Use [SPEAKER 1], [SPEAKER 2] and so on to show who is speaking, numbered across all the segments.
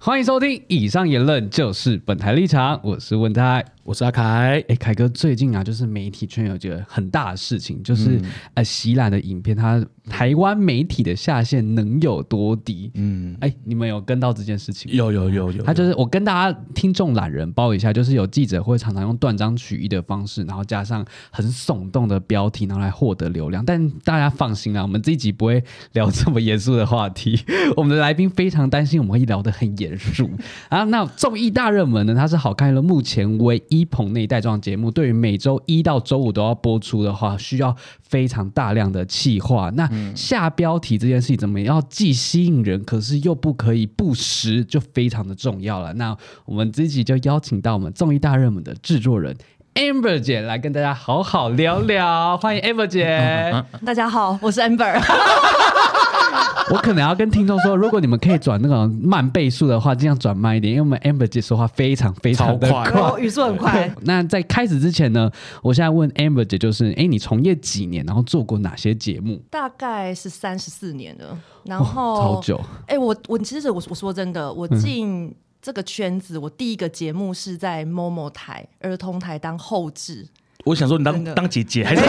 [SPEAKER 1] 欢迎收听，以上言论就是本台立场，我是文泰。
[SPEAKER 2] 我是阿凯。
[SPEAKER 1] 哎，凯哥，最近啊，就是媒体圈有一个很大的事情，
[SPEAKER 2] 嗯
[SPEAKER 1] 就是、呃，席兰的影片，它台湾媒体的下限能有多低？嗯，哎，你们有跟到这件事情吗？
[SPEAKER 2] 有有有有，
[SPEAKER 1] 他就是我跟大家听众懒人包一下，就是有记者会常常用断章取义的方式，然后加上很耸动的标题，然后来获得流量。但大家放心啦，我们这一集不会聊这么严肃的话题。 我们的来宾非常担心我们会聊得很严肃 啊。那综艺大热门呢，它是好看了目前唯一棚内带状节目，对于每周一到周五都要播出的话，需要非常大量的企划。那下标题这件事情，怎么样既吸引人，可是又不可以不实，就非常的重要了。那我们自己就邀请到我们综艺大热门的制作人 Amber 姐来跟大家好好聊聊，欢迎 Amber 姐。
[SPEAKER 3] 大家好，我是 Amber。
[SPEAKER 1] 我可能要跟听众说，如果你们可以转那种慢倍速的话，尽量转慢一点，因为我们 Amber 姐说话非常非常的
[SPEAKER 2] 超快
[SPEAKER 3] 我语速很快，
[SPEAKER 1] 那在开始之前呢，我现在问 Amber 姐，就是，哎，你从业几年，然后做过哪些节目？
[SPEAKER 3] 大概是三十四年了。然
[SPEAKER 1] 哇
[SPEAKER 3] 后，
[SPEAKER 1] 超久。
[SPEAKER 3] 哎、我我其实我我说真的，我进这个圈子，我第一个节目是在 MOMO 台儿童台当后置，
[SPEAKER 2] 我想说你当
[SPEAKER 3] 真的
[SPEAKER 2] 当姐姐还是，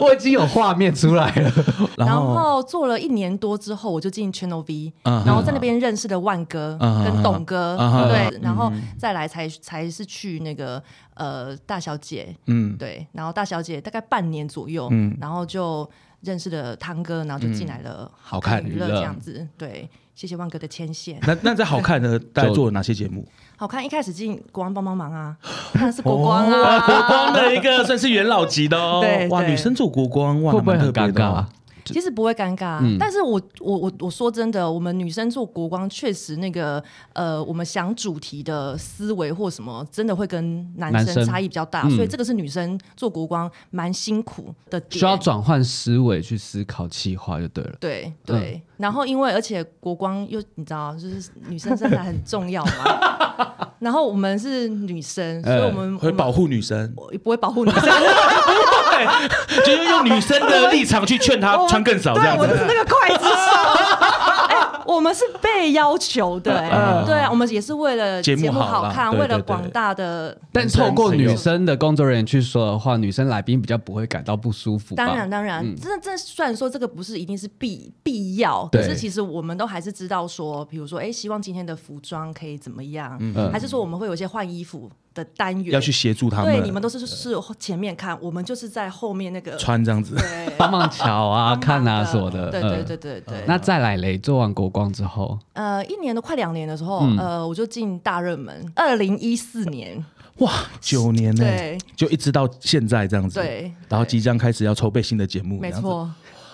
[SPEAKER 1] 我已经有画面出来了。
[SPEAKER 2] 然
[SPEAKER 3] 然
[SPEAKER 2] 后
[SPEAKER 3] 后做了一年多之后，我就进 Channel V，、
[SPEAKER 2] 嗯
[SPEAKER 3] 然后在那边认识了万哥
[SPEAKER 2] 嗯
[SPEAKER 3] 跟董哥，
[SPEAKER 2] 嗯
[SPEAKER 3] 对，然后再来才才是去那个呃大小姐，
[SPEAKER 2] 嗯
[SPEAKER 3] 对，然后大小姐大概半年左右，然后就认识了汤哥，然后就进来了
[SPEAKER 2] 嗯好看
[SPEAKER 3] 娱
[SPEAKER 2] 娱乐
[SPEAKER 3] 乐这样子，对，谢谢万哥的牵线。
[SPEAKER 2] 那那在好看的大概做了哪些节目？
[SPEAKER 3] 好看，一开始进国王帮帮忙啊，那是国光啊，
[SPEAKER 2] 哦国光的一个算是元老级的哦
[SPEAKER 3] 对，
[SPEAKER 2] 哇，
[SPEAKER 3] 对
[SPEAKER 2] 女生做国光，哇，
[SPEAKER 1] 会不会
[SPEAKER 2] 蛮特
[SPEAKER 1] 很
[SPEAKER 2] 别
[SPEAKER 1] 尴
[SPEAKER 2] 的
[SPEAKER 1] 尬
[SPEAKER 2] 哦
[SPEAKER 1] 啊？
[SPEAKER 3] 其实不会尴尬，啊
[SPEAKER 1] 嗯
[SPEAKER 3] 但是我我我我说真的，我们女生做国光确实那个呃，我们想主题的思维或什么，真的会跟男
[SPEAKER 1] 男生
[SPEAKER 3] 生差异比较
[SPEAKER 1] 嗯
[SPEAKER 3] 大，所以这个是女生做国光蛮辛苦的点。
[SPEAKER 1] 需要嗯转换思维去思考企划就对了。
[SPEAKER 3] 对对，然后因为而且国光又你知道，就是女生身材很重要嘛， 然后我们是女生，所以我
[SPEAKER 1] 哎
[SPEAKER 3] 们、
[SPEAKER 2] 会保护女生，
[SPEAKER 3] 我们不会保护女生，
[SPEAKER 2] 对，就用用女生的立场去劝她穿更少这
[SPEAKER 3] 对，
[SPEAKER 2] 样
[SPEAKER 3] 我
[SPEAKER 2] 子。
[SPEAKER 3] 是那个刽 子手。啊哎我们是被要求的、哎，对啊，我们也是为了
[SPEAKER 2] 嗯节目
[SPEAKER 3] 目
[SPEAKER 2] 好啦
[SPEAKER 3] 好看，
[SPEAKER 2] 对对
[SPEAKER 3] 为了
[SPEAKER 2] 对
[SPEAKER 3] 广大的，
[SPEAKER 1] 但透过女生的工作人员去说的话，女生来宾比较不会感到不舒服吧。
[SPEAKER 3] 当然当然，
[SPEAKER 2] 嗯
[SPEAKER 3] 这这虽然说这个不是一定是必必要，
[SPEAKER 1] 对
[SPEAKER 3] 可是其实我们都还是知道说，比如说，哎、希望今天的服装可以怎么样，还是说我们会有一些换衣服的单元
[SPEAKER 2] 嗯要去。协助他们，
[SPEAKER 3] 对，你们都是是前面看，我们就是在后面那个
[SPEAKER 2] 穿这样子，
[SPEAKER 3] 对
[SPEAKER 1] 帮忙瞧啊、看啊什么的。
[SPEAKER 3] 对
[SPEAKER 1] 嗯
[SPEAKER 3] 对对对啊对。
[SPEAKER 1] 那再来嘞，做完国光之后，
[SPEAKER 3] 呃，一年都快两年的时候，
[SPEAKER 1] 嗯
[SPEAKER 3] 呃，我就进大热门，二零一四年，
[SPEAKER 2] 哇，九年呢
[SPEAKER 3] 对，
[SPEAKER 2] 就一直到现在这样子，
[SPEAKER 3] 对
[SPEAKER 2] 然后即将开始要筹备新的节目，
[SPEAKER 3] 没
[SPEAKER 2] 这样子，
[SPEAKER 3] 错，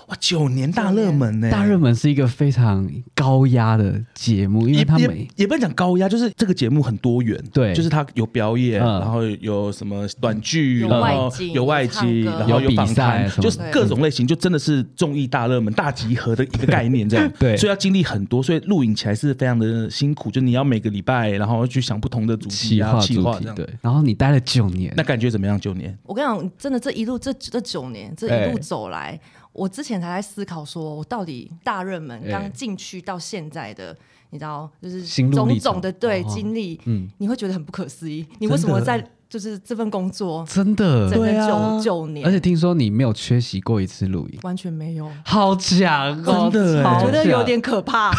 [SPEAKER 2] 哇，九年大热门呢，
[SPEAKER 1] 大热门是一个非常高压的节目，因为
[SPEAKER 2] 也
[SPEAKER 1] 他们
[SPEAKER 2] 也也不能讲高压，就是这个节目很多元，
[SPEAKER 1] 对
[SPEAKER 2] 就是它有表演，
[SPEAKER 1] 嗯
[SPEAKER 2] 然后有什么短剧，
[SPEAKER 3] 有
[SPEAKER 2] 然后
[SPEAKER 3] 外景
[SPEAKER 2] 有外景，
[SPEAKER 3] 有唱歌
[SPEAKER 2] 然后
[SPEAKER 1] 有比
[SPEAKER 2] 访谈
[SPEAKER 1] 赛什，么的。
[SPEAKER 2] 就是各种类型，就真的是综艺大热门大集合的一个概念这样
[SPEAKER 1] 对
[SPEAKER 2] 所以要经历很多，所以录影起来是非常的辛苦，就你要每个礼拜，然后去想不同的主题
[SPEAKER 1] 企
[SPEAKER 2] 啊、
[SPEAKER 1] 划
[SPEAKER 2] 企
[SPEAKER 1] 主
[SPEAKER 2] 划这
[SPEAKER 1] 题
[SPEAKER 2] 样。
[SPEAKER 1] 对。然后你待了九年，
[SPEAKER 2] 那感觉怎么样？九年，
[SPEAKER 3] 我跟你讲，真的这一路这这九年这一
[SPEAKER 1] 哎
[SPEAKER 3] 路走来，我之前才在思考说，我到底大热门
[SPEAKER 1] 哎
[SPEAKER 3] 刚进去到现在的。你知道，就是
[SPEAKER 1] 心路历
[SPEAKER 3] 种
[SPEAKER 1] 程
[SPEAKER 3] 种的对
[SPEAKER 1] 哦
[SPEAKER 3] 经历，你会觉得很不可思议。你为什么在就是这份工作
[SPEAKER 1] 真的，
[SPEAKER 3] 整个
[SPEAKER 2] 对啊
[SPEAKER 3] 九九年，
[SPEAKER 1] 而且听说你没有缺席过一次录影，
[SPEAKER 3] 完全没有，
[SPEAKER 1] 好强哦，
[SPEAKER 2] 真的
[SPEAKER 1] 超
[SPEAKER 3] 我觉得
[SPEAKER 1] 强
[SPEAKER 3] 有点可怕。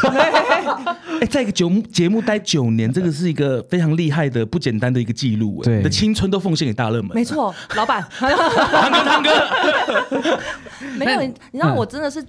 [SPEAKER 2] 哎，在一个节目节目待九年，这个是一个非常厉害的、不简单的一个记录。哎
[SPEAKER 1] 对
[SPEAKER 2] 你的青春都奉献给大热门。啊
[SPEAKER 3] 没，错，老板，
[SPEAKER 2] 堂哥，堂哥，
[SPEAKER 3] 没有，
[SPEAKER 1] 那嗯
[SPEAKER 3] 你你知道我真的是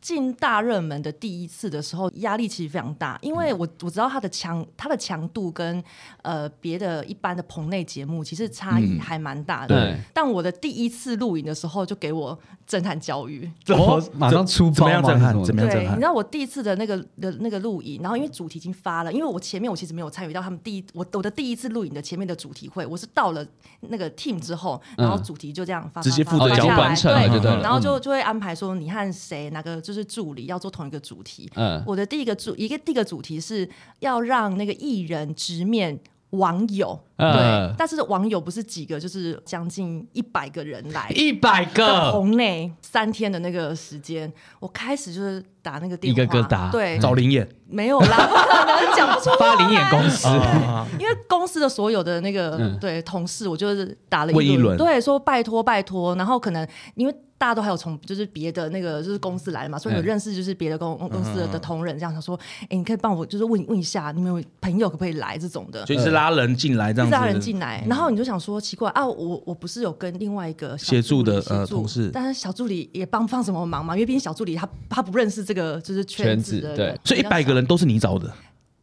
[SPEAKER 3] 进大热门的第一次的时候，压力其实非常大，因为我我知道它的强它的强度跟呃别的一般的棚内节目其实差异还蛮大的。
[SPEAKER 1] 嗯对
[SPEAKER 3] 但我的第一次录影的时候，就给我震撼教育。
[SPEAKER 1] 怎么马上出
[SPEAKER 2] 哦怎
[SPEAKER 1] 包
[SPEAKER 2] 么样
[SPEAKER 1] 吗
[SPEAKER 2] 震
[SPEAKER 1] 还是什
[SPEAKER 2] 撼？
[SPEAKER 1] 么
[SPEAKER 2] 怎么样
[SPEAKER 3] 对，
[SPEAKER 2] 震
[SPEAKER 3] 你
[SPEAKER 2] 撼
[SPEAKER 3] 知？道我第一次的那个的那个录影，然后因为主题已经发了，因为我前面我其实没有参与到他们第一我我的第一次录影的前面的主题会，我是到了那个 team 之后，然后
[SPEAKER 1] 嗯
[SPEAKER 3] 主题就这样发，
[SPEAKER 2] 直接
[SPEAKER 3] 发
[SPEAKER 2] 负责
[SPEAKER 3] 发发
[SPEAKER 2] 脚
[SPEAKER 3] 下
[SPEAKER 2] 本
[SPEAKER 3] 来
[SPEAKER 1] 成了就对了
[SPEAKER 2] 嗯
[SPEAKER 3] 然后就就会安排说你和谁哪个就是助理要做同一个主题。
[SPEAKER 1] 嗯，
[SPEAKER 3] 我的第一个主一个第一个主题是要让那个艺人直面网友，
[SPEAKER 1] 呃
[SPEAKER 3] 对，但是网友不是几个，就是将近一百个人来。
[SPEAKER 1] 一百
[SPEAKER 3] 在
[SPEAKER 1] 个，
[SPEAKER 3] 棚内三天的那个时间，我开始就是打那个电
[SPEAKER 1] 一
[SPEAKER 3] 话，
[SPEAKER 1] 个个打
[SPEAKER 3] 对，
[SPEAKER 2] 找灵眼
[SPEAKER 3] 没有啦，不可能讲不出
[SPEAKER 1] 发灵眼公司，
[SPEAKER 2] 啊，
[SPEAKER 3] 因为公司的所有的那个、
[SPEAKER 1] 嗯
[SPEAKER 3] 对同事，我就是打了
[SPEAKER 2] 问
[SPEAKER 3] 一
[SPEAKER 2] 一轮
[SPEAKER 3] 对，说拜托拜托，然后可能因为。大家都还有从就是别的那个就是公司来的嘛，所以有
[SPEAKER 1] 嗯
[SPEAKER 3] 认识就是别的公公司的的同仁，这样想说，哎、你可以帮我就是问问一下，你们有朋友可不可以来这种的，
[SPEAKER 2] 所以是拉人进来这样
[SPEAKER 3] 一直
[SPEAKER 2] 子，嗯
[SPEAKER 3] 拉人进来，然后你就想说奇怪啊，我我不是有跟另外一个小
[SPEAKER 2] 协助的
[SPEAKER 3] 理协
[SPEAKER 2] 呃
[SPEAKER 3] 助
[SPEAKER 2] 同事
[SPEAKER 3] 但是小助理也帮不上什么忙嘛，因为毕竟小助理他他不认识这个就是
[SPEAKER 1] 圈
[SPEAKER 3] 圈
[SPEAKER 1] 子
[SPEAKER 3] 子的人，
[SPEAKER 1] 对
[SPEAKER 2] 所以一百个人都是你找的，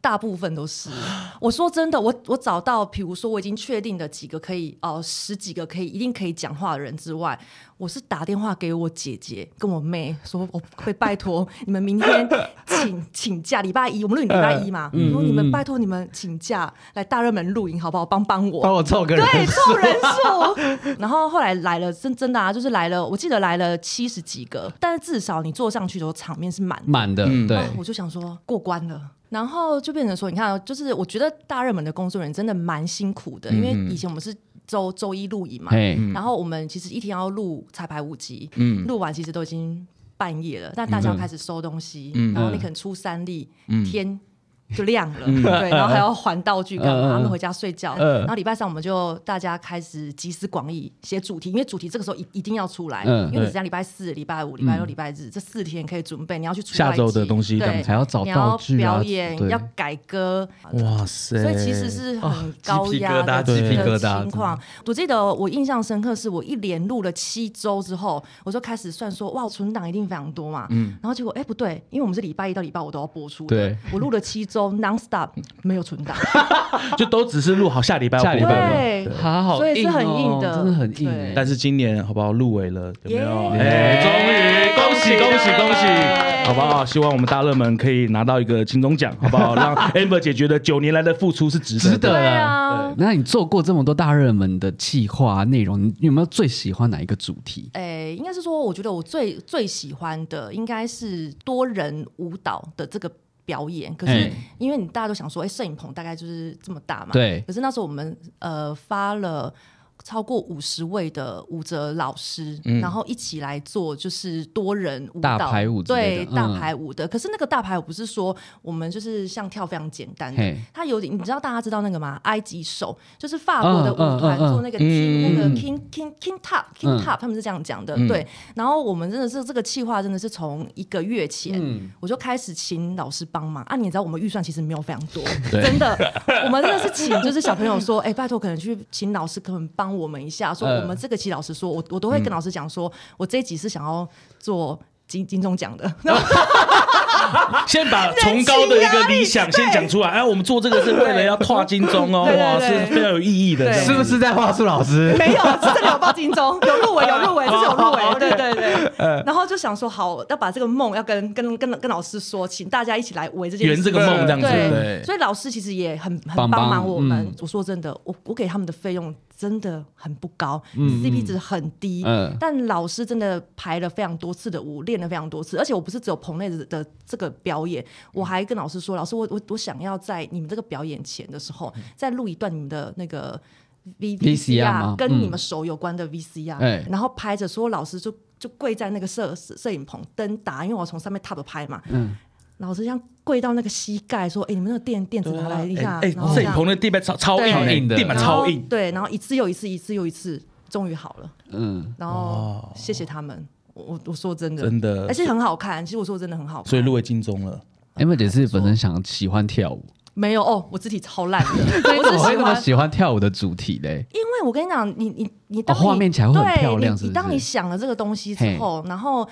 [SPEAKER 3] 大部分都是。我说真的，我我找到，比如说我已经确定的几个可以，哦、十几个可以一定可以讲话的人之外，我是打电话给我姐姐跟我妹说，我可以拜托 你们明天请请假，礼拜一，我们录影礼拜一嘛，
[SPEAKER 2] 嗯
[SPEAKER 3] 我说你们拜托你们请假来大热门露营好不好？帮帮我，
[SPEAKER 1] 帮我凑个人，
[SPEAKER 3] 对，凑人数。 然后后来来了，真真的啊，就是来了，我记得来了七十几个，但是至少你坐上去的时候场面是满的
[SPEAKER 1] 满的，对
[SPEAKER 3] 啊，我就想说过关了。然后就变成说，你看啊，就是我觉得大热门的工作人员真的蛮辛苦的，因为以前我们是周周一录影嘛，
[SPEAKER 1] 哎，
[SPEAKER 3] 然后我们其实一天要录彩排五集，
[SPEAKER 1] 嗯
[SPEAKER 3] 录完其实都已经半夜了，但大家要开始收东西，
[SPEAKER 1] 嗯
[SPEAKER 3] 然后你可能出三例，天。就亮了， 对，然后还要还道具干
[SPEAKER 1] 嗯嗯嗯
[SPEAKER 3] 嘛？他
[SPEAKER 1] 嗯
[SPEAKER 3] 们回家睡觉，
[SPEAKER 1] 嗯
[SPEAKER 3] 然后礼拜三我们就大家开始集思广益，写主题，因为主题这个时候一一定要出来，
[SPEAKER 1] 嗯
[SPEAKER 3] 因为你只剩礼拜四、礼拜五、礼拜六、礼拜日这四天可以准备，你要去出
[SPEAKER 2] 下周的
[SPEAKER 3] 外景
[SPEAKER 2] 东西干嘛
[SPEAKER 3] 对，
[SPEAKER 1] 还要找道具
[SPEAKER 3] 你
[SPEAKER 1] 啊
[SPEAKER 3] 要表演，
[SPEAKER 1] 对
[SPEAKER 3] 要改歌，
[SPEAKER 2] 哇塞
[SPEAKER 3] 所以其实是很高
[SPEAKER 2] 哦
[SPEAKER 3] 压的、
[SPEAKER 2] 鸡皮疙瘩鸡皮嗯
[SPEAKER 1] 疙瘩
[SPEAKER 3] 的情况。我记得我印象深刻，是我一连录了七周之后，我就开始算说，哇，存档一定非常多嘛。
[SPEAKER 2] 嗯
[SPEAKER 3] 然后结果，哎、不对，因为我们是礼拜一到礼拜五都要播出的，
[SPEAKER 1] 对
[SPEAKER 3] 我录了七周 non stop 没有存档，
[SPEAKER 2] 就都只是录好下礼拜要
[SPEAKER 1] 下礼拜
[SPEAKER 2] 播
[SPEAKER 1] 五
[SPEAKER 3] 对
[SPEAKER 2] 对
[SPEAKER 1] 好好，
[SPEAKER 3] 所以是很硬的
[SPEAKER 1] 真的很硬
[SPEAKER 3] 对
[SPEAKER 1] 哎。
[SPEAKER 2] 但是今年好不好入围了？有没有？
[SPEAKER 3] 耶
[SPEAKER 2] 哎，终于恭喜恭喜恭
[SPEAKER 3] 耶
[SPEAKER 2] 喜，好不好？希望我们大热门可以拿到一个金钟奖，好不 好？让 Amber 姐觉得九年来的付出是值得
[SPEAKER 1] 值得
[SPEAKER 2] 的。
[SPEAKER 3] 对
[SPEAKER 1] 了。
[SPEAKER 3] 啊。
[SPEAKER 1] 那你做过这么多大热门的企划内容，你有没有最喜欢哪一个主题？
[SPEAKER 3] 诶，应该是说，我觉得我最最喜欢的应该是多人舞蹈的这个表演。可是
[SPEAKER 1] 哎
[SPEAKER 3] 因为你大家都想说，哎、摄影棚大概就是这么大嘛，
[SPEAKER 1] 对
[SPEAKER 3] 可是那时候我们呃发了。超过五十位的舞者老师，然后一起来做就是多人舞蹈
[SPEAKER 1] 嗯大排舞之类
[SPEAKER 3] 对
[SPEAKER 1] 的嗯
[SPEAKER 3] 大排舞的。可是那个大排舞不是说我们就是像跳非常简单的
[SPEAKER 1] 嘿，
[SPEAKER 3] 它有点你知道大家知道那个吗？埃及手就是法国的
[SPEAKER 1] 嗯嗯
[SPEAKER 3] 舞团
[SPEAKER 1] 嗯嗯
[SPEAKER 3] 做那个 king、那个
[SPEAKER 1] 嗯
[SPEAKER 3] king king king top king top，、他们是这样讲的。对，然后我们真的是这个计划真的是从一个月前、
[SPEAKER 1] 嗯
[SPEAKER 3] 我就开始请老师帮忙啊，你也知道我们预算其实没有非常 多，
[SPEAKER 2] 对
[SPEAKER 3] 真的，我们真的是请，就是小朋友说， 哎、拜托，可能去请老师，可能帮我们一下。说
[SPEAKER 1] 嗯
[SPEAKER 3] 我们这个期老师说，我我都会跟老师讲说，我这一集是想要做金金钟奖的，
[SPEAKER 2] 先把崇高的一个理想先讲出来。哎，我们做这个是为了要跨金钟哦，
[SPEAKER 3] 对对
[SPEAKER 2] 哇，
[SPEAKER 3] 对
[SPEAKER 2] 是非常有意义的，
[SPEAKER 3] 对
[SPEAKER 2] 这样子
[SPEAKER 1] 是不是在话术老师？
[SPEAKER 3] 没有，这里有报金钟，有入围，有入围，这是有入
[SPEAKER 2] 哦
[SPEAKER 3] 围，对对对。
[SPEAKER 2] 嗯
[SPEAKER 3] 然后就想说，好，要把这个梦要跟跟跟跟老师说，请大家一起来围这件
[SPEAKER 2] 圆
[SPEAKER 3] 事
[SPEAKER 2] 这个梦这样子？
[SPEAKER 3] 对
[SPEAKER 2] 对，，
[SPEAKER 3] 所以老师其实也很很
[SPEAKER 1] 帮
[SPEAKER 3] 帮
[SPEAKER 1] 忙
[SPEAKER 3] 忙我们。
[SPEAKER 1] 嗯
[SPEAKER 3] 我说真的，我我给他们的费用真的很不高、
[SPEAKER 1] 嗯
[SPEAKER 3] c p 值很低、
[SPEAKER 1] 嗯
[SPEAKER 3] 但老师真的排了非常多次的舞，练了非常多次，而且我不是只有棚内的的这个表演，我还跟老师说，老师，我我我想要在你们这个表演前的时候，
[SPEAKER 2] 嗯
[SPEAKER 3] 再录一段你们的那个 V
[SPEAKER 1] VCR 吗
[SPEAKER 3] 跟你
[SPEAKER 1] 嗯
[SPEAKER 3] 们手有关的 VCR，、
[SPEAKER 1] 哎
[SPEAKER 3] 然后拍着，所有老师就就跪在那个摄摄摄影棚灯打，因为我从上面 top 拍嘛，
[SPEAKER 1] 嗯
[SPEAKER 3] 老师这样跪到那个膝盖，说：“哎、你们那个垫垫子拿来一下。
[SPEAKER 2] 哎，
[SPEAKER 3] 然后
[SPEAKER 2] 摄
[SPEAKER 3] 这
[SPEAKER 2] 影
[SPEAKER 3] 样
[SPEAKER 2] 棚的地板超超硬
[SPEAKER 1] 对
[SPEAKER 2] 的，地板
[SPEAKER 3] 然
[SPEAKER 2] 超
[SPEAKER 3] 后
[SPEAKER 2] 硬。
[SPEAKER 3] 对，然后一次又一次，一次又一次，终于好了。
[SPEAKER 1] 嗯，
[SPEAKER 3] 然后谢谢他们，我我我说真的，
[SPEAKER 2] 真的
[SPEAKER 3] 而且很好看。其实我说真的很好看，
[SPEAKER 2] 所以入围金钟了，
[SPEAKER 1] e m 姐是本身想喜欢跳舞，
[SPEAKER 3] 没有哦，我肢体超烂 的，我
[SPEAKER 1] 怎么
[SPEAKER 3] 只喜
[SPEAKER 1] 会那么
[SPEAKER 3] 欢
[SPEAKER 1] 喜欢跳舞的主题嘞？
[SPEAKER 3] 因为我跟你讲，你你你当
[SPEAKER 1] 哦
[SPEAKER 3] 你
[SPEAKER 1] 画面起来会很
[SPEAKER 3] 对
[SPEAKER 1] 漂亮
[SPEAKER 3] 你
[SPEAKER 1] 是不是
[SPEAKER 3] 你当你想了这个东西之后，然后。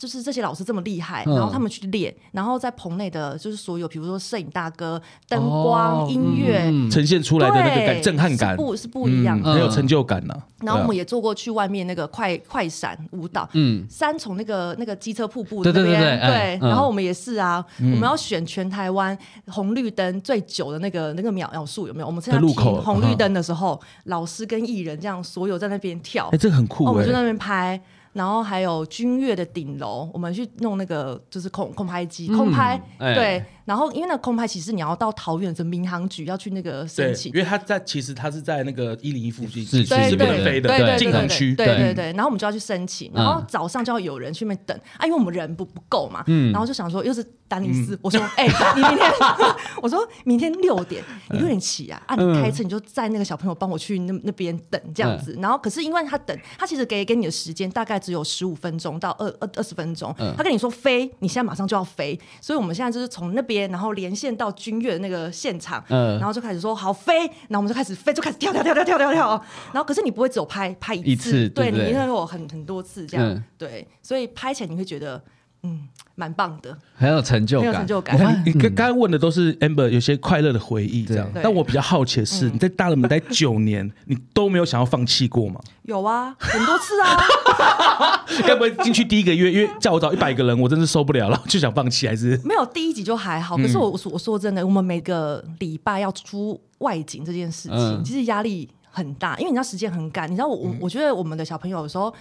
[SPEAKER 3] 就是这些老师这么厉害，
[SPEAKER 1] 嗯
[SPEAKER 3] 然后他们去练，然后在棚内的，就是所有，比如说摄影大哥、灯光、
[SPEAKER 1] 哦
[SPEAKER 3] 音乐，
[SPEAKER 1] 嗯
[SPEAKER 2] 呈现出来的那个感
[SPEAKER 3] 对
[SPEAKER 2] 震撼感
[SPEAKER 3] 是，不是不一样
[SPEAKER 2] 嗯
[SPEAKER 3] 的。
[SPEAKER 2] 很有成就感呢。
[SPEAKER 3] 然后我们也做过去外面那个快快闪舞蹈，
[SPEAKER 1] 嗯，
[SPEAKER 3] 三重那个那个机车瀑布
[SPEAKER 1] 对
[SPEAKER 3] 那
[SPEAKER 1] 对
[SPEAKER 3] 边，
[SPEAKER 1] 对对哎嗯
[SPEAKER 3] 然后我们也是啊，我们要选全台湾红绿灯最久的那个那个秒秒数有没有？我们参
[SPEAKER 2] 在
[SPEAKER 3] 加
[SPEAKER 2] 路
[SPEAKER 1] 嗯
[SPEAKER 2] 口
[SPEAKER 3] 停红绿灯的时候，老师跟艺人这样所有在那边跳
[SPEAKER 2] 哎，，这个很酷
[SPEAKER 3] 哦我们
[SPEAKER 2] 哎
[SPEAKER 3] 就在。那边拍。然后还有君悦的顶楼，我们去弄那个就是空空拍机，空拍、
[SPEAKER 1] 哎
[SPEAKER 3] 对。然后因为那空拍其实你要到桃园的民航局要去那个申
[SPEAKER 2] 对，
[SPEAKER 3] 请
[SPEAKER 2] 因，为它在其实它是在那个一零一附近，
[SPEAKER 1] 是
[SPEAKER 2] 其实
[SPEAKER 1] 是
[SPEAKER 2] 是不能
[SPEAKER 1] 对
[SPEAKER 2] 飞的，
[SPEAKER 1] 对
[SPEAKER 2] 禁
[SPEAKER 1] 对
[SPEAKER 2] 航区。
[SPEAKER 3] 对
[SPEAKER 1] 对
[SPEAKER 3] 对对，然后我们就要去申请，然
[SPEAKER 2] 嗯
[SPEAKER 3] 后早上就要有人去那边等啊，因为我们人不不够嘛，
[SPEAKER 2] 嗯
[SPEAKER 3] 然后就想说又是丹尼斯，我说哎，你明天， 我说明天六点，
[SPEAKER 2] 嗯
[SPEAKER 3] 你六点起啊，啊，你开车你就载那个小朋友帮我去那那边等
[SPEAKER 2] 嗯
[SPEAKER 3] 这样子，然后可是因为他等，他其实给给你的时间大概只有十五分钟到二二二十分钟，
[SPEAKER 2] 嗯
[SPEAKER 3] 他跟你说飞，你现在马上就要飞，所以我们现在就是从那边然后连线到君悦的那个现场，
[SPEAKER 1] 嗯
[SPEAKER 3] 然后就开始说好飞，然后我们就开始飞，就开始跳跳跳跳跳跳跳，然后可是你不会只有拍拍
[SPEAKER 1] 嗯一
[SPEAKER 3] 一
[SPEAKER 1] 次
[SPEAKER 3] 次，
[SPEAKER 1] 对
[SPEAKER 3] 对
[SPEAKER 1] 不对
[SPEAKER 3] 你会有很很多次这样，
[SPEAKER 1] 嗯
[SPEAKER 3] 对，所以拍起来你会觉得嗯蛮棒的，
[SPEAKER 1] 很有成就感，
[SPEAKER 3] 很有成就感
[SPEAKER 2] 我。看你刚刚问的都是 Amber 有些快乐的回忆这样
[SPEAKER 3] 对，对嗯
[SPEAKER 2] 但我比较好奇的是，你在大人们待九年， 你都没有想要放弃过吗？
[SPEAKER 3] 有啊，很多次啊，
[SPEAKER 2] 该不会进去第一个月，因为叫我找一百个人，我真是受不了了，就想放弃，还是
[SPEAKER 3] 没有第一集就还
[SPEAKER 1] 嗯
[SPEAKER 3] 好，可是我我说我说真的，我们每个礼拜要出外景这件事情，
[SPEAKER 1] 嗯
[SPEAKER 3] 其实压力很大，因为你知道时间很赶，你知道我我、我觉得我们的小朋友有时候。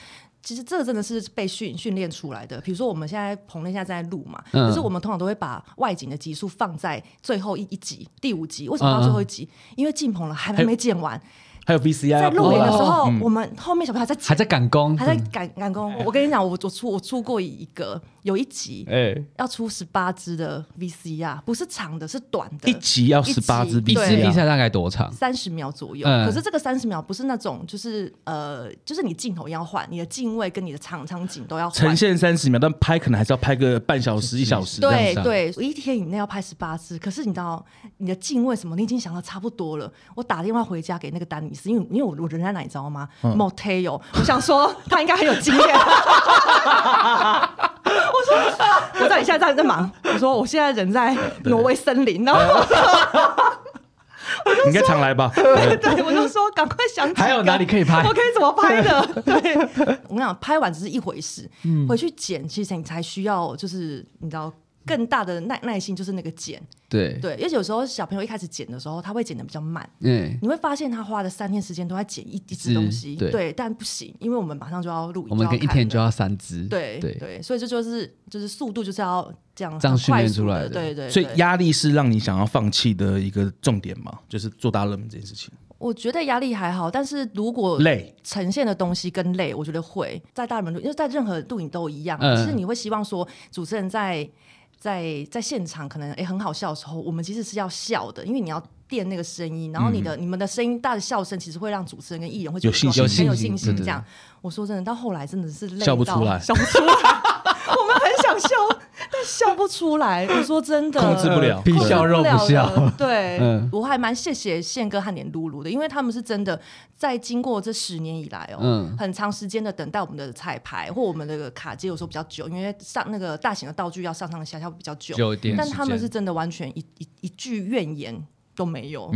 [SPEAKER 3] 其实这个真的是被训训练出来的。比如说，我们现在棚内现在在录嘛，
[SPEAKER 1] 嗯
[SPEAKER 3] 可是我们通常都会把外景的集数放在最后一一集、第五集。为什么放最后一集？
[SPEAKER 1] 嗯
[SPEAKER 3] 因为进棚了，还还没剪完，
[SPEAKER 2] 还有 VCR
[SPEAKER 3] 在
[SPEAKER 2] 要
[SPEAKER 3] 录
[SPEAKER 2] 播
[SPEAKER 3] 影的时
[SPEAKER 2] 啦？
[SPEAKER 3] 候，我们后面小朋友还在剪
[SPEAKER 1] 哎嗯还在赶工，
[SPEAKER 3] 还在赶赶工。我跟你讲，我我出我出过一个，有一集
[SPEAKER 1] 哎，
[SPEAKER 3] 要出十八支的 VCR，不是长的，是短
[SPEAKER 2] 一
[SPEAKER 3] 的，
[SPEAKER 2] 集要十八支
[SPEAKER 3] 一集
[SPEAKER 1] 一支啊
[SPEAKER 3] 对啊
[SPEAKER 1] 比
[SPEAKER 2] VCR，
[SPEAKER 1] 赛大概多长？
[SPEAKER 3] 三十秒左右。
[SPEAKER 1] 嗯
[SPEAKER 3] 可是这个三十秒不是那种，就是呃，就是你镜头要换，你的镜位跟你的场场景都要换
[SPEAKER 2] 呈。现三十秒，但拍可能还是要拍个半小时、一小时这样
[SPEAKER 3] 对
[SPEAKER 2] 子啊。
[SPEAKER 3] 对，我一天以内要拍十八支，可是你知道你的镜位什么，你已经想到差不多了。我打电话回家给那个丹尼斯，因为因为我我人在哪，你知道吗、m
[SPEAKER 2] 嗯
[SPEAKER 3] o t e l 我想说他应该很有 经验。我说我在你现在在在忙，我说我现在人在
[SPEAKER 2] 嗯
[SPEAKER 3] 挪威森林，然后
[SPEAKER 2] 你应该常来吧？
[SPEAKER 3] 对 对，我就说赶快想几个
[SPEAKER 1] 还有哪里可以拍
[SPEAKER 3] 我可以怎么 拍的？对，我跟你讲，拍完只是一回事，
[SPEAKER 1] 嗯
[SPEAKER 3] 回去剪，其实你才需要就是你知道更大的耐耐心，就是那个剪。
[SPEAKER 1] 对，
[SPEAKER 3] 对，而且有时候小朋友一开始剪的时候，他会剪的比较慢，
[SPEAKER 1] 嗯，
[SPEAKER 3] 你会发现他花了三天时间都在剪一一只东西，
[SPEAKER 1] 对
[SPEAKER 3] 但不行，因为我们马上就要录影，
[SPEAKER 1] 我们可能一天就
[SPEAKER 3] 要看了。
[SPEAKER 1] 要三支，
[SPEAKER 3] 对
[SPEAKER 1] 对，
[SPEAKER 3] 对，所以这就是就是速度就是要这样
[SPEAKER 1] 这样
[SPEAKER 3] 很
[SPEAKER 1] 训
[SPEAKER 3] 快
[SPEAKER 1] 练
[SPEAKER 3] 速
[SPEAKER 1] 出
[SPEAKER 3] 地
[SPEAKER 1] 来的
[SPEAKER 3] 对对对。
[SPEAKER 2] 所以压力是让你想要放弃的一个重点嘛，就是做大热门这件事情。
[SPEAKER 3] 我觉得压力还好，但是如果
[SPEAKER 2] 累
[SPEAKER 3] 呈现的东西跟累，我觉得会在大门录，因为在任何录影都一样，
[SPEAKER 1] 嗯
[SPEAKER 3] 只是你会希望说主持人在在在现场可能诶很好笑的时候，我们其实是要笑的，因为你要。垫那个声音，然后你的、你们的声音大的笑声，其实会让主持人跟艺人会觉得
[SPEAKER 2] 嗯有信
[SPEAKER 3] 说
[SPEAKER 2] 心
[SPEAKER 3] 很有
[SPEAKER 1] 有信
[SPEAKER 3] 信
[SPEAKER 1] 心
[SPEAKER 3] 心。
[SPEAKER 1] 对
[SPEAKER 3] 这样，我说真的，到后来真的是累
[SPEAKER 2] 笑不
[SPEAKER 3] 到
[SPEAKER 2] 出来
[SPEAKER 3] 笑不出来。 我们很想笑，但笑不出来。我说真的，
[SPEAKER 2] 控制不了
[SPEAKER 1] 呃必笑肉不笑
[SPEAKER 3] 了，对，
[SPEAKER 1] 嗯
[SPEAKER 3] 我还蛮谢谢宪哥和连露露的，因为他们是真的在经过这十年以来哦，
[SPEAKER 1] 嗯
[SPEAKER 3] 很长时间的等待我们的彩排或我们的卡接，有时候比较久，因为上那个大型的道具要上上下下比较久，
[SPEAKER 1] 有一点时间，
[SPEAKER 3] 但他们是真的完全一一一句怨言都没有，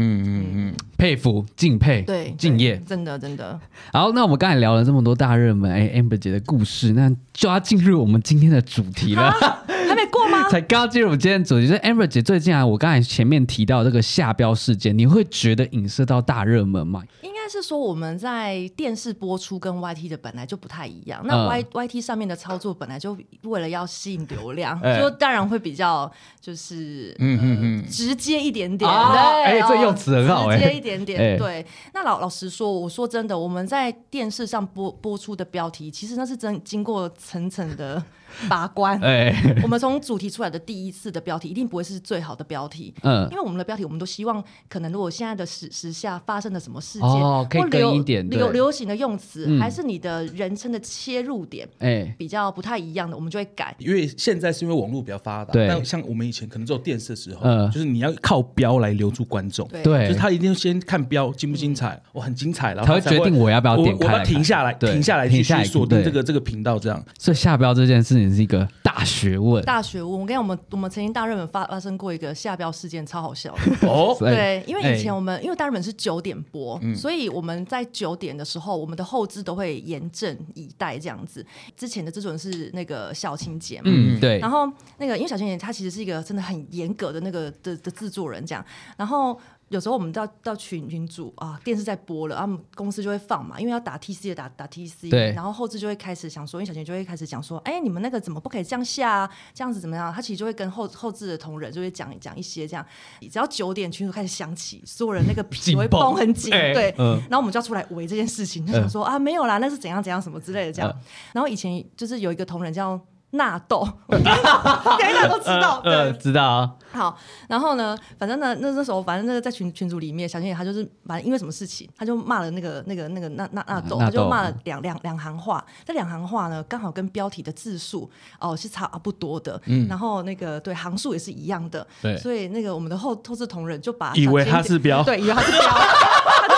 [SPEAKER 1] 佩服、敬佩、
[SPEAKER 3] 对，
[SPEAKER 1] 嗯敬业。
[SPEAKER 3] 真的真的。
[SPEAKER 1] 好，那我们刚才聊了这么多大热门，哎，amber 姐的故事，那就要进入我们今天的主题了。
[SPEAKER 3] 还没过吗？
[SPEAKER 1] 才刚进入我们今天的主题，就是 amber 姐最近啊，我刚才前面提到这个下标事件，你会觉得影射到大热门吗？
[SPEAKER 3] 应该是说我们在电视播出跟 YT 的本来就不太一
[SPEAKER 1] 嗯
[SPEAKER 3] 样，那 Y、YT 上面的操作本来就为了要吸引流量，
[SPEAKER 1] 哎
[SPEAKER 3] 就当然会比较就是呃
[SPEAKER 2] 嗯嗯嗯，
[SPEAKER 3] 直接一点点，
[SPEAKER 1] 啊
[SPEAKER 3] 对
[SPEAKER 1] 哎
[SPEAKER 3] 哦
[SPEAKER 1] 这用词很好哎
[SPEAKER 3] 直接一点点，
[SPEAKER 1] 哎
[SPEAKER 3] 对。那老老实说，我说真的，我们在电视上播播出的标题，其实那是真经过层层的把关。
[SPEAKER 1] 哎，
[SPEAKER 3] 我们从主题出来的第一次的标题，一定不会是最好的标题，
[SPEAKER 1] 嗯
[SPEAKER 3] 因为我们的标题，我们都希望可能如果现在的时时下发生了什么事件，
[SPEAKER 1] 哦可以
[SPEAKER 3] 或流
[SPEAKER 1] 跟一点对
[SPEAKER 3] 流流行的用词，
[SPEAKER 1] 嗯
[SPEAKER 3] 还是你的人称的切入点
[SPEAKER 1] 哎，
[SPEAKER 3] 比较不太一样的，我们就会改。
[SPEAKER 2] 因为现在是因为网络比较发达，
[SPEAKER 1] 对
[SPEAKER 2] 但像我们以前可能只有电视的时候，
[SPEAKER 1] 嗯
[SPEAKER 2] 就是你要靠标来留住观众，
[SPEAKER 3] 对
[SPEAKER 2] 就是
[SPEAKER 1] 对，
[SPEAKER 2] 他一定要先看标精不精彩，我很精彩，然后
[SPEAKER 1] 才会决定我要不要点开来
[SPEAKER 2] 我我
[SPEAKER 1] 看
[SPEAKER 2] 要停下来，
[SPEAKER 1] 对
[SPEAKER 2] 停下来
[SPEAKER 1] 停
[SPEAKER 2] 去
[SPEAKER 1] 下来
[SPEAKER 2] 去锁定
[SPEAKER 1] 对
[SPEAKER 2] 这个这个频道 这样。
[SPEAKER 1] 所以下标这件事情是一个大学问。
[SPEAKER 3] 大学问，我跟你讲，我们我们曾经大热门发发生过一个下标事件，超 好笑的。
[SPEAKER 2] 哦，
[SPEAKER 1] 所以
[SPEAKER 3] 对，因为以前
[SPEAKER 1] 哎嗯
[SPEAKER 3] 我们、因为大热门是九点播，所以我们在九点的时候，我们的后置都会严阵以待这样子。之前的这种是那个小情节嘛，
[SPEAKER 1] 嗯，对
[SPEAKER 3] 然，后那个因为小情姐她其实是一个真的很严格的那个的的制作人这样，然后。有时候我们到到群群组啊，电视在播了，他、啊、们公司就会放嘛，因为要打 TC 的打打 TC，
[SPEAKER 1] 对
[SPEAKER 3] 然后后置就会开始想说，因为小群就会开始讲说，哎、你们那个怎么不可以这样下啊？这样子怎么样？他其实就会跟后后置的同仁就会讲讲一些这样，只要九点群组开始响起，所有人那个 皮
[SPEAKER 1] 紧
[SPEAKER 3] 会
[SPEAKER 1] 绷
[SPEAKER 3] 绷很紧，
[SPEAKER 1] 哎
[SPEAKER 3] 对，
[SPEAKER 1] 嗯
[SPEAKER 3] 然后我们就要出来围这件事情，就想说、啊，没有啦，那是怎样怎样什么之类的这样。
[SPEAKER 1] 嗯
[SPEAKER 3] 然后以前就是有一个同仁叫纳豆，我跟你讲 大家都知道，
[SPEAKER 2] 嗯
[SPEAKER 3] 对，
[SPEAKER 1] 呃，知道啊，
[SPEAKER 3] 好，然后呢，反正呢，那那时候反正那个在群群组里面，小娟姐她就是反正因为什么事情，她就骂了那个那个那个那那那斗，
[SPEAKER 2] 啊
[SPEAKER 1] 纳
[SPEAKER 3] 她就
[SPEAKER 1] 豆
[SPEAKER 3] 骂了两两两行话，这两行话呢刚好跟标题的字数哦是差不多的，
[SPEAKER 2] 嗯
[SPEAKER 3] 然后那个对行数也是一样的，
[SPEAKER 1] 对
[SPEAKER 3] 所以那个我们的后后置同仁就把
[SPEAKER 2] 以为
[SPEAKER 3] 小娟姐
[SPEAKER 2] 他是标
[SPEAKER 3] 对，以为他是标。他就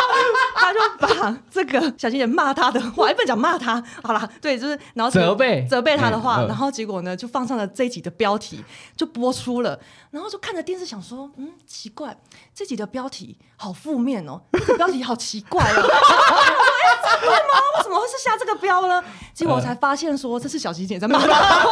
[SPEAKER 3] 他就把这个小娟姐骂他的话，哎不能讲骂他，好啦，对，就是然后这个
[SPEAKER 1] 责备
[SPEAKER 3] 责备他的话，
[SPEAKER 1] 嗯嗯
[SPEAKER 3] 然后结果呢就放上了这一集的标题，就播出了，然后就看着电视想说，嗯，奇怪，这集的标题好负面哦，这个标题好奇怪哦， 我说哎奇怪吗？为什么会是下这个标呢？结
[SPEAKER 1] 嗯
[SPEAKER 3] 果我才发现说这是小琪姐在骂他，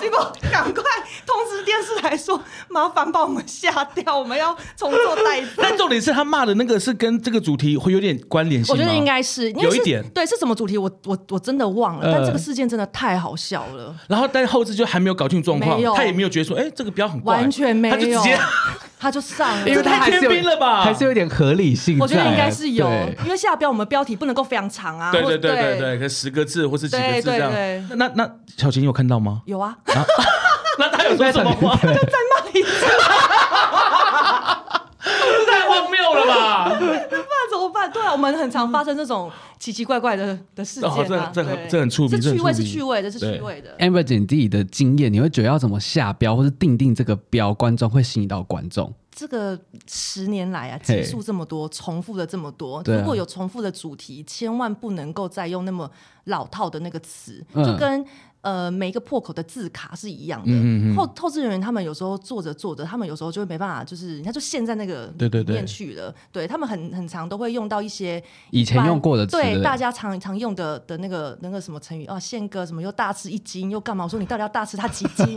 [SPEAKER 3] 结果赶快通知电视台说，麻烦把我们下掉，我们要重做代赛。
[SPEAKER 2] 但重点是他骂的那个是跟这个主题会有点关联性
[SPEAKER 3] 我
[SPEAKER 2] 吗？
[SPEAKER 3] 觉得应该是，因为
[SPEAKER 2] 有一
[SPEAKER 3] 是
[SPEAKER 2] 点
[SPEAKER 3] 对是什么主题我，我我真的忘了，
[SPEAKER 1] 呃
[SPEAKER 3] 但这个事件真的太好笑了，
[SPEAKER 2] 然后，但后置就还没有搞清楚状况
[SPEAKER 3] 没有，
[SPEAKER 2] 他也没有觉得说，哎、这个标很怪，
[SPEAKER 3] 完全没有，
[SPEAKER 2] 他就直接，
[SPEAKER 3] 他就上了，
[SPEAKER 1] 因为
[SPEAKER 2] 这
[SPEAKER 1] 他
[SPEAKER 2] 太
[SPEAKER 1] 还是有
[SPEAKER 2] 天兵了吧
[SPEAKER 1] 还是有点合理性在。
[SPEAKER 3] 我觉得应该是有
[SPEAKER 1] 对，
[SPEAKER 3] 因为下标我们标题不能够非常长啊，
[SPEAKER 2] 对
[SPEAKER 3] 或
[SPEAKER 2] 对对对
[SPEAKER 3] 对，
[SPEAKER 2] 对，可能十个字或是几个字
[SPEAKER 3] 对对
[SPEAKER 2] 这样。
[SPEAKER 3] 对
[SPEAKER 2] 那那那小琴有看到 吗？
[SPEAKER 3] 有啊，
[SPEAKER 2] 那他有说什么 吗？
[SPEAKER 3] 在骂一次，
[SPEAKER 2] 太荒谬了吧！
[SPEAKER 3] 那怎么办？对啊，我们很常发生这种奇奇怪怪的的事件
[SPEAKER 2] 哦这
[SPEAKER 3] 啊，
[SPEAKER 2] 这很
[SPEAKER 3] 对
[SPEAKER 2] 这很触
[SPEAKER 3] 是
[SPEAKER 2] 鼻这很
[SPEAKER 3] 趣味，
[SPEAKER 2] 触
[SPEAKER 3] 是
[SPEAKER 2] 鼻
[SPEAKER 3] 趣味的，是
[SPEAKER 2] 对
[SPEAKER 3] 趣味的。
[SPEAKER 1] Amber 姐你自己的经验，你会觉得要怎么下标或是定定这个标，观众会吸引到观众？
[SPEAKER 3] 这个十年来啊，
[SPEAKER 1] 嘿
[SPEAKER 3] 集数这么多，重复的这么多，
[SPEAKER 1] 对啊
[SPEAKER 3] 如果有重复的主题，千万不能够再用那么老套的那个词，
[SPEAKER 1] 嗯
[SPEAKER 3] 就跟。呃，每一个破口的字卡是一样的。
[SPEAKER 1] 嗯
[SPEAKER 3] 后后置人员他们有时候做着做着，他们有时候就会没办法，就是他就陷在那个
[SPEAKER 2] 对对
[SPEAKER 3] 里面
[SPEAKER 2] 对
[SPEAKER 3] 去了。对他们很很常都会用到一些
[SPEAKER 1] 以前用过的词，
[SPEAKER 3] 对
[SPEAKER 1] 不
[SPEAKER 3] 大家常常用的的那个那个什么成语啊，宪哥什么又大吃一惊又干嘛？我说你到底要大吃他几斤？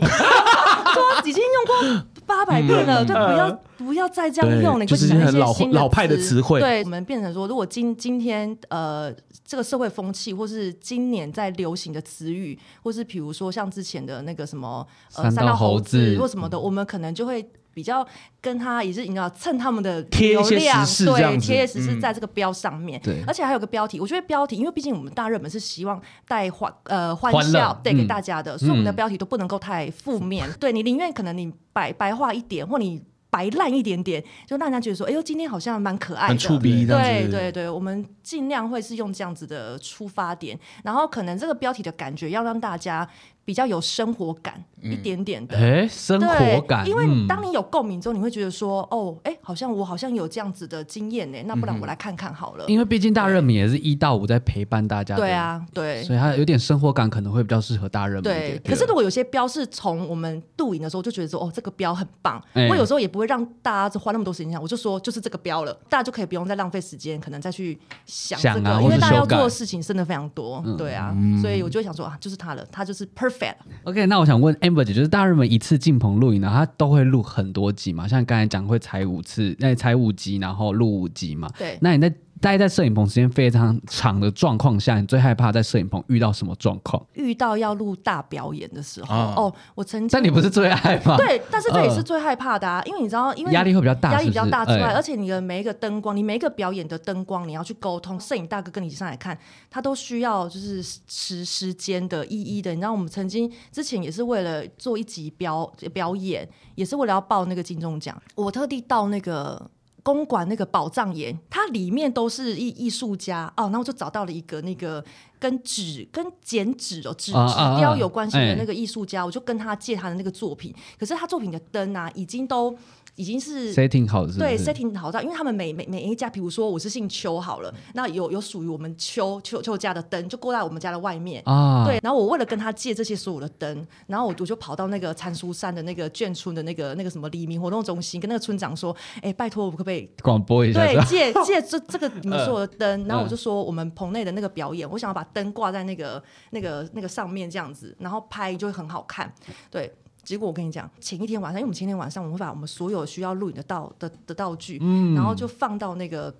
[SPEAKER 3] 说已经用过八百遍了，对，不要不要再这样用了，
[SPEAKER 2] 嗯对就是
[SPEAKER 3] 你会想
[SPEAKER 2] 很
[SPEAKER 3] 一些
[SPEAKER 2] 老
[SPEAKER 3] 新的
[SPEAKER 2] 老派的词汇
[SPEAKER 3] 对，我们变成说，如果今今天呃这个社会风气，或是今年在流行的词语，或是比如说像之前的那个什么呃
[SPEAKER 1] 三道
[SPEAKER 3] 道
[SPEAKER 1] 猴子
[SPEAKER 3] 或什么的，我们可能就会。比较跟他也是你知道蹭他们的
[SPEAKER 2] 贴一些
[SPEAKER 3] 流量
[SPEAKER 2] 时事这
[SPEAKER 3] 对，
[SPEAKER 2] 样子
[SPEAKER 3] 贴一些时事在这个标上面，
[SPEAKER 1] 对
[SPEAKER 3] 而且还有个标题，我觉得标题，因为毕竟我们大热门是希望带欢呃欢
[SPEAKER 1] 欢乐
[SPEAKER 3] 笑对给
[SPEAKER 1] 嗯
[SPEAKER 3] 大家的，所以我们的标题都不能够太负面。对你宁愿可能你白白话一点，或你白烂一点点，就让人家觉得说，哎呦，今天好像蛮可爱的，
[SPEAKER 2] 很触鼻这样
[SPEAKER 3] 对
[SPEAKER 2] 子。
[SPEAKER 3] 对对，我们尽量会是用这样子的出发点，然后可能这个标题的感觉要让大家比较有生活感、一点点的。
[SPEAKER 1] 哎，生活感，
[SPEAKER 3] 对，因为
[SPEAKER 1] 嗯
[SPEAKER 3] 当你有共鸣之后，你会觉得说，哦，哎，好像我好像有这样子的经验呢，那不然我来看看好了。
[SPEAKER 1] 嗯因为毕竟大热门也是一到五在陪伴大家，
[SPEAKER 3] 对，啊，对
[SPEAKER 1] 所以它有点生活感，可能会比较适合大热门一
[SPEAKER 3] 对
[SPEAKER 1] 点。。
[SPEAKER 3] 可是如果有些标是从我们录影的时候就觉得说，哦，这个标很棒，
[SPEAKER 1] 哎
[SPEAKER 3] 我有时候也不会让大家花那么多时间想，我就说就是这个标了，大家就可以不用再浪费时间，可能再去想这
[SPEAKER 1] 想
[SPEAKER 3] 个，
[SPEAKER 1] 啊
[SPEAKER 3] 因
[SPEAKER 1] 或
[SPEAKER 3] 为
[SPEAKER 1] 是
[SPEAKER 3] 大家要
[SPEAKER 1] 修改嗯
[SPEAKER 3] 做的事情真的非常多，对啊，所以我就会想说啊，就是它了，它就是 perfect，
[SPEAKER 1] OK，那我想问 Amber 姐，就是大热门一次进棚录影呢，它都会录很多集嘛？像刚才讲会采五次，那采五集，然后录五集嘛？
[SPEAKER 3] 对。
[SPEAKER 1] 那你在待在摄影棚时间非常长的状况下，你最害怕在摄影棚遇到什么状况？
[SPEAKER 3] 遇到要录大表演的时候，
[SPEAKER 2] 啊
[SPEAKER 3] 哦，我曾经
[SPEAKER 1] 但你不是最害怕，
[SPEAKER 3] 对，但是这也
[SPEAKER 1] 嗯
[SPEAKER 3] 是最害怕的啊，因为你知道，因为
[SPEAKER 1] 压力会比较大
[SPEAKER 3] 压力比较
[SPEAKER 1] 是不是
[SPEAKER 3] 大之外，
[SPEAKER 1] 哎
[SPEAKER 3] 而且你的每一个灯光，你每一个表演的灯光，你要去沟通，摄影大哥跟你上来看，他都需要就是时时间的一一的。你知道，我们曾经之前也是为了做一集表表演，也是为了要报那个金钟奖，我特地到那个。公馆那个宝藏岩，它里面都是艺艺术家哦，然后就找到了一个那个跟纸跟剪纸哦纸纸
[SPEAKER 1] 啊啊啊
[SPEAKER 3] 雕有关系
[SPEAKER 1] 哎
[SPEAKER 3] 的那个艺术家，我就跟他借他的那个作品，可是他作品的灯啊，已经都已经是
[SPEAKER 1] ，setting 好是不是
[SPEAKER 3] 对 setting 好到，因为他们每每每一家，比如说我是姓邱好
[SPEAKER 1] 嗯
[SPEAKER 3] 了，那有有属于我们邱邱邱家的灯，就挂在我们家的外面。
[SPEAKER 1] 啊，
[SPEAKER 3] 对，然后我为了跟他借这些所有的灯，然后我我就跑到那个参书山的那个眷村的那个那个什么黎明活动中心，跟那个村长说，哎，拜托我可不可以
[SPEAKER 1] 广播一下是
[SPEAKER 3] 对
[SPEAKER 1] 吧？嗯
[SPEAKER 3] 借借这这个你们所有的灯，然后我就说我们棚内的那个表演，我想要把灯挂在那个那个那个上面这样子，然后拍就会很好看。对，结果我跟你讲，前一天晚上，因为我们前一天晚上我们把我们所有需要录影的道的的道具，
[SPEAKER 1] 嗯
[SPEAKER 3] 然后就放到那个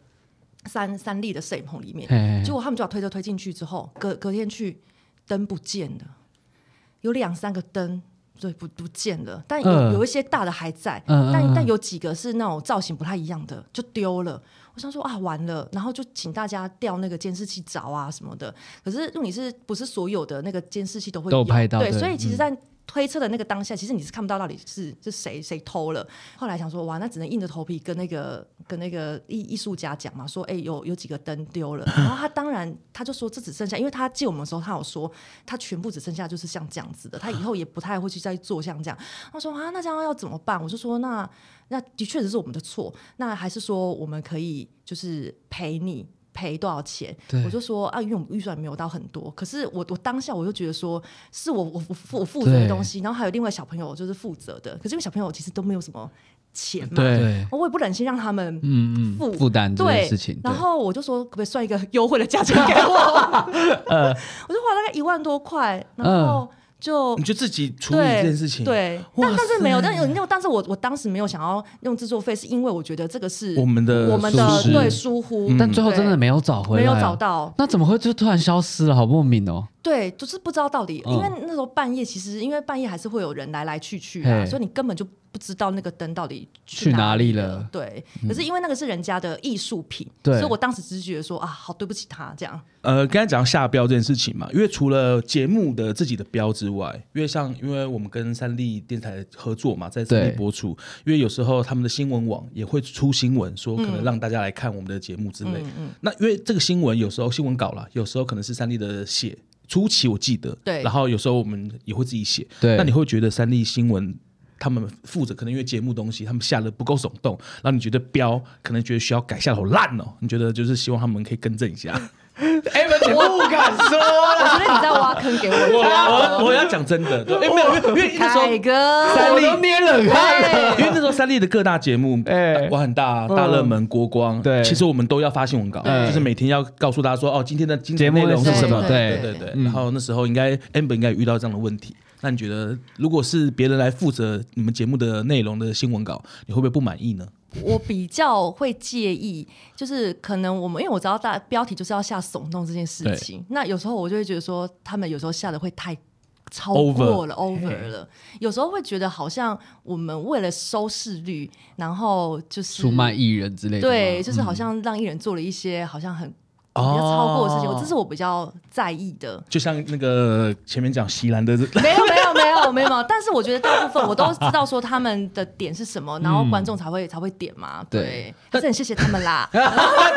[SPEAKER 3] 三三立的摄影棚里面，
[SPEAKER 1] 哎，
[SPEAKER 3] 结果他们就把推车推进去之后，隔隔天去灯不见了，有两三个灯。对，不不见了，但有、
[SPEAKER 1] 嗯
[SPEAKER 3] 有一些大的还在，
[SPEAKER 1] 嗯嗯嗯
[SPEAKER 3] 但但有几个是那种造型不太一样的，就丢了。我想说啊，完了，然后就请大家调那个监视器找啊什么的。可是因为你是不是所有的那个监视器都会
[SPEAKER 1] 都有
[SPEAKER 3] 有
[SPEAKER 1] 拍到
[SPEAKER 3] 对，
[SPEAKER 1] 对
[SPEAKER 3] 所以其实，在推测的那个当下，其实你是看不到到底是是谁谁偷了。后来想说，哇，那只能硬着头皮跟那个跟那个艺艺术家讲嘛，说，哎、有有几个灯丢了。然后他当然他就说，这只剩下，因为他借我们的时候，他有说他全部只剩下就是像这样子的，他以后也不太会去再做像这样。他说啊，那这样要怎么办？我就说那那的确只是我们的错，那还是说我们可以就是赔你。赔多少钱
[SPEAKER 1] 对？
[SPEAKER 3] 我就说啊，因为我们预算没有到很多，可是我我当下我就觉得说，是我我我负我负责的
[SPEAKER 1] 对
[SPEAKER 3] 东西，然后还有另外小朋友就是负责的，可是因为小朋友其实都没有什么钱嘛，
[SPEAKER 1] 对，
[SPEAKER 3] 我也不忍心让他们
[SPEAKER 1] 嗯
[SPEAKER 3] 负
[SPEAKER 1] 嗯，负担这件
[SPEAKER 3] 对
[SPEAKER 1] 事情，
[SPEAKER 3] 然
[SPEAKER 1] 对
[SPEAKER 3] 后我就说，可不可以算一个优惠的价钱给 我？
[SPEAKER 1] 呃
[SPEAKER 3] 我就花了大概一万多块，然
[SPEAKER 1] 嗯
[SPEAKER 3] 后就
[SPEAKER 2] 你就自己处理
[SPEAKER 3] 对
[SPEAKER 2] 这件事情。，
[SPEAKER 3] 对，
[SPEAKER 2] 哇
[SPEAKER 3] 但但是没有，但有那但是我我当时没有想要用制作费，是因为我觉得这个是
[SPEAKER 2] 我们的嗯
[SPEAKER 3] 我们的
[SPEAKER 1] 疏忽
[SPEAKER 3] 对疏忽，
[SPEAKER 1] 但最后真的
[SPEAKER 3] 对
[SPEAKER 1] 没有找回
[SPEAKER 3] 没
[SPEAKER 1] 来，哦
[SPEAKER 3] 有
[SPEAKER 2] 啊
[SPEAKER 3] 找。到，
[SPEAKER 1] 那怎么会就突然消失了？好莫名哦！
[SPEAKER 3] 对，就是不知道到底，
[SPEAKER 1] 嗯
[SPEAKER 3] 因为那时候半夜，其实因为半夜还是会有人来来去去啊，
[SPEAKER 1] 嘿
[SPEAKER 3] 所以你根本就不知道那个灯到底
[SPEAKER 1] 去哪
[SPEAKER 3] 哪
[SPEAKER 1] 里
[SPEAKER 3] 了。
[SPEAKER 1] 了
[SPEAKER 3] 对，
[SPEAKER 2] 嗯
[SPEAKER 3] 可是因为那个是人家的艺术品，
[SPEAKER 1] 对
[SPEAKER 3] 所以我当时只是觉得说啊，好对不起他这样。
[SPEAKER 2] 呃，刚才讲到下标这件事情嘛，因为除了节目的自己的标之外，因为像因为我们跟三立电台合作嘛，在三立
[SPEAKER 1] 对
[SPEAKER 2] 播出，因为有时候他们的新闻网也会出新闻，说可能让大家来看我们的节目之类。那因为这个新闻有时候新闻稿啦，有时候可能是三立的写。初期我记得，
[SPEAKER 3] 对
[SPEAKER 2] 然后有时候我们也会自己写，
[SPEAKER 1] 对
[SPEAKER 2] 那你会觉得三立新闻他们负责，可能因为节目东西他们下的不够耸动，然后你觉得标可能觉得需要改，下的好烂哦，你觉得就是希望他们可以更正一下。
[SPEAKER 1] 哎，我不敢说。
[SPEAKER 3] 我觉得你在挖坑给我跳。
[SPEAKER 2] 我我要讲真的，对，因为没有，因为因为那时候。
[SPEAKER 3] 凯哥，
[SPEAKER 2] 三
[SPEAKER 1] 我
[SPEAKER 2] 立
[SPEAKER 1] 都捏冷汗了。
[SPEAKER 2] 因为那时候三立的各大节目，
[SPEAKER 1] 哎
[SPEAKER 2] 哎，我很大，大热门、国光，
[SPEAKER 1] 对
[SPEAKER 2] 其实我们都要发新闻稿，
[SPEAKER 1] 哎
[SPEAKER 2] 就是每天要告诉大家说，哦，今天的今
[SPEAKER 1] 节
[SPEAKER 2] 天
[SPEAKER 1] 目
[SPEAKER 2] 内容是
[SPEAKER 1] 是
[SPEAKER 2] 什么？
[SPEAKER 1] 什么
[SPEAKER 2] 对嗯
[SPEAKER 3] 对
[SPEAKER 2] 对
[SPEAKER 3] 对
[SPEAKER 2] 对。然后那时候应该 amber 应该也遇到这样的问题，那你觉得如果是别人来负责你们节目的内容的新闻稿，你会不会不满意呢？
[SPEAKER 3] 我比较会介意，就是可能我们因为我知道大标题就是要下耸动这件事情，那有时候我就会觉得说，他们有时候下的会太超过了 over, 了，有时候会觉得好像我们为了收视率，然后就是
[SPEAKER 1] 出卖艺人之类的吗，
[SPEAKER 3] 对，就是好像让艺人做了一些好像很。比较超过的事情，
[SPEAKER 2] 哦
[SPEAKER 3] 我这是我比较在意的。
[SPEAKER 2] 就像那个前面讲席兰的
[SPEAKER 3] 没有没有没有没有，但是我觉得大部分我都知道说他们的点是什么，然后观众才会才会点嘛。
[SPEAKER 1] 对
[SPEAKER 3] 对，还是很谢谢他们啦。
[SPEAKER 2] 但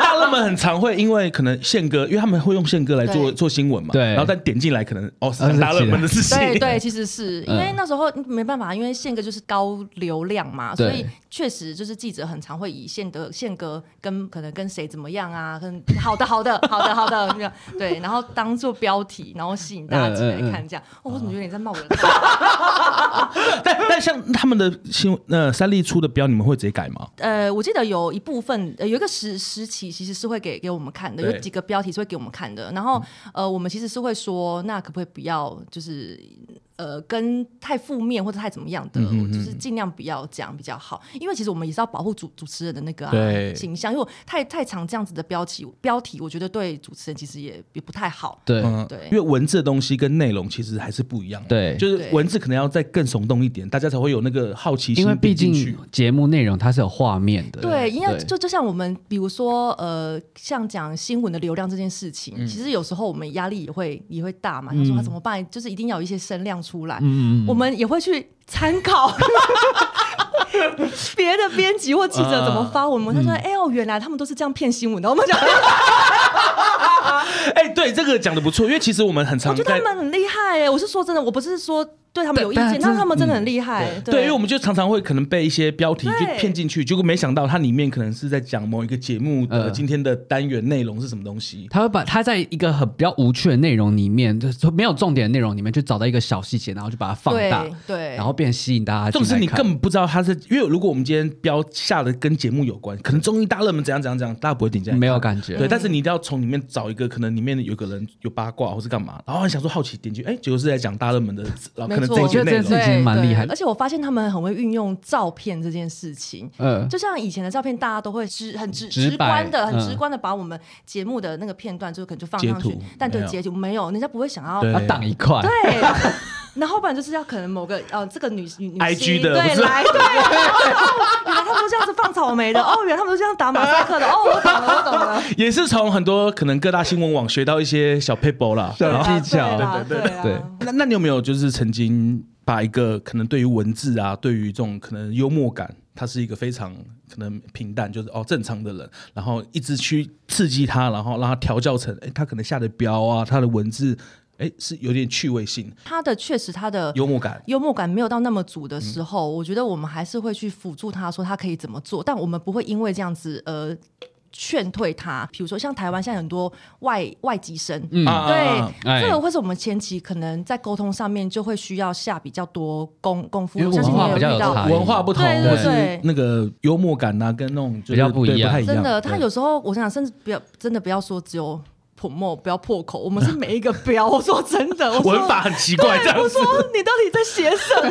[SPEAKER 2] 大热门很常会因为可能宪哥，因为他们会用宪哥来做
[SPEAKER 3] 对
[SPEAKER 2] 做新闻嘛，
[SPEAKER 1] 对
[SPEAKER 2] 然后但点进来可能哦是
[SPEAKER 1] 二十
[SPEAKER 2] 很
[SPEAKER 1] 几
[SPEAKER 2] 大热门的事情，
[SPEAKER 3] 对对，其实是因为
[SPEAKER 1] 嗯
[SPEAKER 3] 那时候没办法，因为宪哥就是高流量嘛，
[SPEAKER 1] 对
[SPEAKER 3] 所以确实就是记者很常会以宪哥宪哥跟可能跟谁怎么样啊，跟好的好的好的好的，这样对，然后当做标题，然后吸引大家进来看这样。哦，我怎么有点在冒我的头？
[SPEAKER 2] 但但像他们的新闻呃三立出的标，你们会直接改吗？
[SPEAKER 3] 呃，我记得有一部分，呃、有一个时时期其实是会给给我们看的，
[SPEAKER 2] 对
[SPEAKER 3] 有几个标题是会给我们看的。然后，呃，我们其实是会说，那可不可以不要，就是呃，跟太负面或者太怎么样的，就是尽量不要讲比较好。因为其实我们也是要保护主主持人的那个、啊、
[SPEAKER 2] 对
[SPEAKER 3] 形象，因为我太太常这样子的标题标题，我觉得对主持人其实也也不太好。
[SPEAKER 1] 对
[SPEAKER 2] 嗯，
[SPEAKER 3] 对
[SPEAKER 2] 因为文字的东西跟内容其实还是不一样的，
[SPEAKER 1] 对
[SPEAKER 2] 就是文字可能要再更耸动一点，大家才会有那个好奇心
[SPEAKER 1] 因为
[SPEAKER 2] 点
[SPEAKER 1] 毕
[SPEAKER 2] 进去
[SPEAKER 1] 竟。节目内容它是有画面的，
[SPEAKER 3] 对，因为
[SPEAKER 1] 对
[SPEAKER 3] 就就像我们，比如说，呃，像讲新闻的流量这件事情，其实有时候我们压力也会也会大嘛。他说他啊怎么办？就是一定要有一些声量出来，我们也会去参考别的编辑或记者怎么发文。他说：“哎呦，原来他们都是这样骗新闻的。”我们讲，我
[SPEAKER 2] 哎、对，这个讲的不错，因为其实我们很常
[SPEAKER 3] 觉得他
[SPEAKER 2] 在。
[SPEAKER 3] 们很厉害哎。我是说真的，我不是说对他们有意见，
[SPEAKER 1] 但
[SPEAKER 3] 但是他们真的很厉害。
[SPEAKER 2] 嗯对，因为我们就常常会可能被一些标题就
[SPEAKER 3] 对
[SPEAKER 2] 骗进去，结果没想到它里面可能是在讲某一个节目的
[SPEAKER 1] 嗯
[SPEAKER 2] 今天的单元内容是什么东西。
[SPEAKER 1] 他会把他在一个很比较无趣的内容里面，就是没有重点的内容里面去找到一个小细节，然后就把它放大，
[SPEAKER 3] 对对，
[SPEAKER 1] 然后变吸引大家进
[SPEAKER 2] 重
[SPEAKER 1] 来看。
[SPEAKER 2] 点是你根本不知道它是，因为如果我们今天标下的跟节目有关，可能综艺大热门怎样怎样怎样，大家不会点进来看
[SPEAKER 1] 没有感觉，
[SPEAKER 2] 对，但是你一定要从里面找一个，可能里面有个人有八卦或是干嘛，然后你想说好奇点进去，哎，结果是在讲大热门的，然后可能
[SPEAKER 3] 错
[SPEAKER 2] 这一
[SPEAKER 1] 我觉
[SPEAKER 2] 节
[SPEAKER 1] 得
[SPEAKER 2] 内
[SPEAKER 1] 这件
[SPEAKER 2] 容
[SPEAKER 1] 事情蛮厉害
[SPEAKER 3] 而
[SPEAKER 1] 的，
[SPEAKER 3] 且我发现他们很会运用照片这件事情。
[SPEAKER 1] 呃，
[SPEAKER 3] 就像以前的照片，大家都会直很直
[SPEAKER 1] 直
[SPEAKER 3] 直观的、
[SPEAKER 1] 白
[SPEAKER 3] 很直
[SPEAKER 1] 嗯
[SPEAKER 3] 观的把我们节目的那个片段，就可能就放
[SPEAKER 2] 截
[SPEAKER 3] 上去
[SPEAKER 2] 图，
[SPEAKER 3] 但对
[SPEAKER 2] 没有
[SPEAKER 3] 截图没有，人家不会想要
[SPEAKER 2] 对
[SPEAKER 1] 要挡一块，
[SPEAKER 3] 对， 然后不然就是要可能某个呃，这个女女女
[SPEAKER 2] IG
[SPEAKER 3] 星
[SPEAKER 2] 的
[SPEAKER 3] 对
[SPEAKER 2] 不是
[SPEAKER 3] 来对，哦原来他们都这样子放草莓的，哦，原来他们都这样打马赛克的，哦，我懂了，我懂了。
[SPEAKER 2] 也是从很多可能各大新闻网学到一些小 paper 啦。
[SPEAKER 1] 小
[SPEAKER 2] 然后
[SPEAKER 1] 技巧
[SPEAKER 3] 对啦对啊
[SPEAKER 1] 对
[SPEAKER 3] 啦对啦
[SPEAKER 2] 那那你有没有就是曾经把一个可能对于文字啊，对于这种可能幽默感，他是一个非常可能平淡，就是哦正常的人，然后一直去刺激他，然后让他调教成，哎，他可能下的标啊，他的文字，哎，是有点趣味性、
[SPEAKER 3] 他的确实他的
[SPEAKER 2] 幽默感。
[SPEAKER 3] 幽默感没有到那么足的
[SPEAKER 1] 嗯
[SPEAKER 3] 时候，我觉得我们还是会去辅助他说他可以怎么做，但我们不会因为这样子呃劝退他。比如说像台湾现在很多外外籍生，
[SPEAKER 1] 嗯
[SPEAKER 2] 啊啊
[SPEAKER 3] 对，
[SPEAKER 1] 哎
[SPEAKER 3] 这个会是我们前期可能在沟通上面就会需要下比较多功功夫，
[SPEAKER 1] 因为
[SPEAKER 3] 我相信你
[SPEAKER 1] 文化
[SPEAKER 3] 也有
[SPEAKER 1] 比较
[SPEAKER 3] 遇
[SPEAKER 1] 有
[SPEAKER 3] 到
[SPEAKER 1] 差异
[SPEAKER 2] 文化不同，
[SPEAKER 3] 对
[SPEAKER 2] 或
[SPEAKER 1] 对
[SPEAKER 2] 是
[SPEAKER 3] 对
[SPEAKER 2] 那个幽默感啊，跟那种就是
[SPEAKER 1] 比较不一
[SPEAKER 2] 对
[SPEAKER 1] 样
[SPEAKER 2] 不太一样。
[SPEAKER 3] 真的，他
[SPEAKER 2] 对
[SPEAKER 3] 有时候我想，甚至不要，真的不要说只有泼墨，不要破口，我们是每一个 标。我说真的，我说
[SPEAKER 2] 文法很奇怪，这样
[SPEAKER 3] 我
[SPEAKER 2] 子
[SPEAKER 3] 说。你到底在写什么？我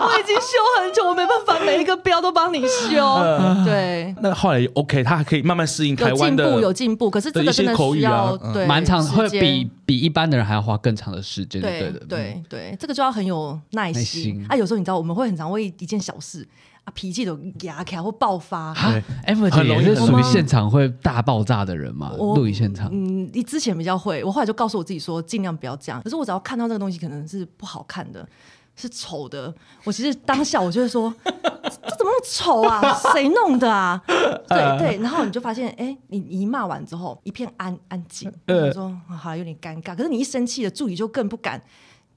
[SPEAKER 3] 说我已经修很久，我没办法每一个标都帮你修。
[SPEAKER 2] 嗯
[SPEAKER 3] 对，
[SPEAKER 2] 那后来 OK，他还可以慢慢适应台
[SPEAKER 3] 有
[SPEAKER 2] 湾
[SPEAKER 3] 进步
[SPEAKER 2] 的
[SPEAKER 3] 有进步，可是这
[SPEAKER 2] 的
[SPEAKER 3] 个
[SPEAKER 2] 一些
[SPEAKER 3] 真的
[SPEAKER 2] 口
[SPEAKER 3] 需
[SPEAKER 2] 语啊
[SPEAKER 3] 要
[SPEAKER 2] 嗯
[SPEAKER 3] 对
[SPEAKER 1] 蛮长，
[SPEAKER 3] 时
[SPEAKER 1] 会
[SPEAKER 3] 间
[SPEAKER 1] 比比一般的人还要花更长的时间，对
[SPEAKER 3] 对
[SPEAKER 1] 的，嗯
[SPEAKER 3] 对对，这个就要很有耐
[SPEAKER 1] 耐
[SPEAKER 3] 心
[SPEAKER 1] 心
[SPEAKER 3] 啊。有时候你知道，我们会很常为一件小事啊脾气都压起来或爆发。
[SPEAKER 1] 哈 e v e r
[SPEAKER 2] 很
[SPEAKER 1] 姐
[SPEAKER 2] 容
[SPEAKER 1] 也是
[SPEAKER 2] 易很
[SPEAKER 1] 属于
[SPEAKER 3] 容易
[SPEAKER 1] 现场会大爆炸的人嘛，
[SPEAKER 3] 我
[SPEAKER 1] 录影现场。
[SPEAKER 3] 嗯，你之前比较会，我后来就告诉我自己说，尽量不要这样。可是我只要看到这个东西可能是不好看的，是丑的，我其实当下我就会说， 这这怎么那么丑啊？谁弄的啊？对对，然后你就 发现，哎、你你一骂完之后，一片安安静，
[SPEAKER 2] 呃
[SPEAKER 3] 我说啊好有点尴尬。可是你一生气了，助理就更不敢。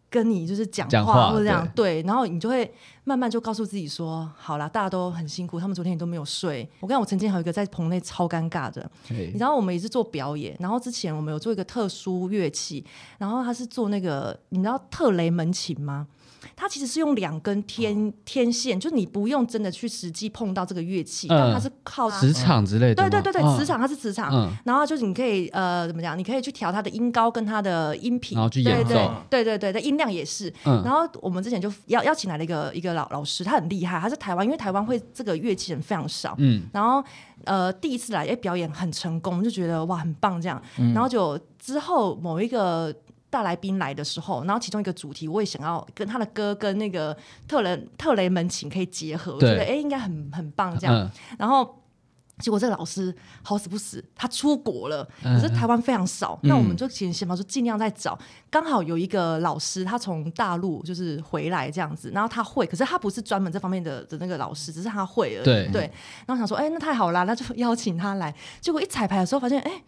[SPEAKER 3] 跟你就是讲
[SPEAKER 1] 讲
[SPEAKER 3] 话
[SPEAKER 1] 话
[SPEAKER 3] 或者这样对，然后你就会慢慢就告诉自己说，好啦，大家都很辛苦，他们昨天也都没有睡。我跟你讲，我曾经还有一个在棚内超尴尬的，
[SPEAKER 1] 对
[SPEAKER 3] 你知道我们也是做表演，然后之前我们有做一个特殊乐器，然后它是做那个你知道特雷门琴吗？它其实是用两根
[SPEAKER 1] 哦
[SPEAKER 3] 天天线，就你不用真的去实际碰到这个乐器，但它是靠
[SPEAKER 1] 嗯磁场之类的
[SPEAKER 3] 对
[SPEAKER 1] 吗，
[SPEAKER 3] 啊对对对，
[SPEAKER 1] 嗯
[SPEAKER 3] 磁，场它是磁场，
[SPEAKER 1] 嗯
[SPEAKER 3] 然后就是你可以呃怎么讲，你可以去调它的音高跟它的音频，
[SPEAKER 1] 然后去演
[SPEAKER 3] 对
[SPEAKER 1] 奏
[SPEAKER 3] 对对对对，音量也是。
[SPEAKER 1] 嗯
[SPEAKER 3] 然后我们之前就邀邀请来了一个一个老老师，他很厉害，他是台湾，因为台湾会这个乐器人非常少，
[SPEAKER 1] 嗯
[SPEAKER 3] 然后呃第一次来哎表演很成功，就觉得哇很棒这样，
[SPEAKER 1] 嗯
[SPEAKER 3] 然后就之后某一个。大来宾来的时候，然后其中一个主题我也想要跟他的歌跟那个特雷特雷门琴可以结合，我觉
[SPEAKER 1] 对
[SPEAKER 3] 得哎、应该很很棒这样。
[SPEAKER 1] 嗯，
[SPEAKER 3] 然后结果这个老师好死不死，他出国了，
[SPEAKER 1] 嗯
[SPEAKER 3] 可是台湾非常少，那我们就请先方说尽量在找。刚好有一个老师，他从大陆就是回来这样子，然后他会，可是他不是专门这方面的的那个老师，只是他会而已。
[SPEAKER 1] 对嗯
[SPEAKER 3] 然后想说，哎、那太好啦，那就 邀请他来。结果一彩排的时候发现，哎、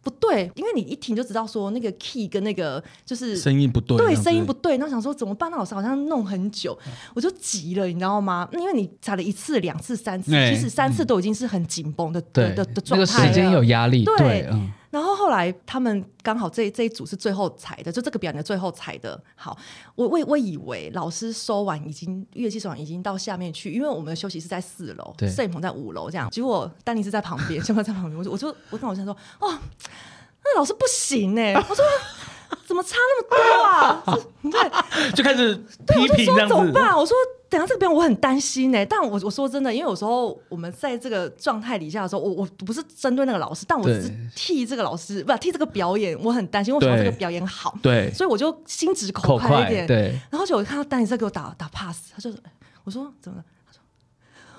[SPEAKER 3] 不对，因为你一听就知道说那个 key 跟那个就是
[SPEAKER 2] 声音不对，这
[SPEAKER 3] 对，
[SPEAKER 2] 样子
[SPEAKER 3] 声音不对，然后想说怎么办？那老师好像弄很久，
[SPEAKER 1] 嗯
[SPEAKER 3] 我就急了，你知道吗？因为你踩了一次、两次、三次，
[SPEAKER 1] 哎
[SPEAKER 3] 其实三次都已经是很紧绷的的
[SPEAKER 1] 嗯对
[SPEAKER 3] 的的状
[SPEAKER 1] 那
[SPEAKER 3] 态
[SPEAKER 1] 个
[SPEAKER 3] 了。
[SPEAKER 1] 时间有压力，
[SPEAKER 3] 对
[SPEAKER 1] 对，嗯
[SPEAKER 3] 然后后来他们刚好这这一组是最后踩的，就这个表演的最后踩的。好，我我我以为老师收完已经乐器收完已经到下面去，因为我们的休息室在四楼，
[SPEAKER 1] 对
[SPEAKER 3] 摄影棚在五楼这样。结果丹尼斯在旁 边，先生在旁边，我就我就我跟我先生说，哦，那老师不行哎、我说。怎么差那么多啊？ 这对，
[SPEAKER 2] 就开始
[SPEAKER 3] 我
[SPEAKER 2] 批
[SPEAKER 3] 就
[SPEAKER 2] 评这
[SPEAKER 3] 说
[SPEAKER 2] 样
[SPEAKER 3] 怎么
[SPEAKER 2] 子。
[SPEAKER 3] 办？我说等下这个表演我很担心呢、但我我说真的，因为有时候我们在这个状态底下的时候，我我不是针对那个老师，但我
[SPEAKER 1] 对
[SPEAKER 3] 只是替这个老师，不替这个表演，我很担心，因为我想要
[SPEAKER 2] 对
[SPEAKER 3] 这个表演好，
[SPEAKER 2] 对
[SPEAKER 3] 所以我就心直
[SPEAKER 1] 口
[SPEAKER 3] 口快一
[SPEAKER 1] 快，
[SPEAKER 3] 点。
[SPEAKER 1] 对，
[SPEAKER 3] 然后就我看到丹尼在给我打打 pass，他就嗯我说怎么了？他说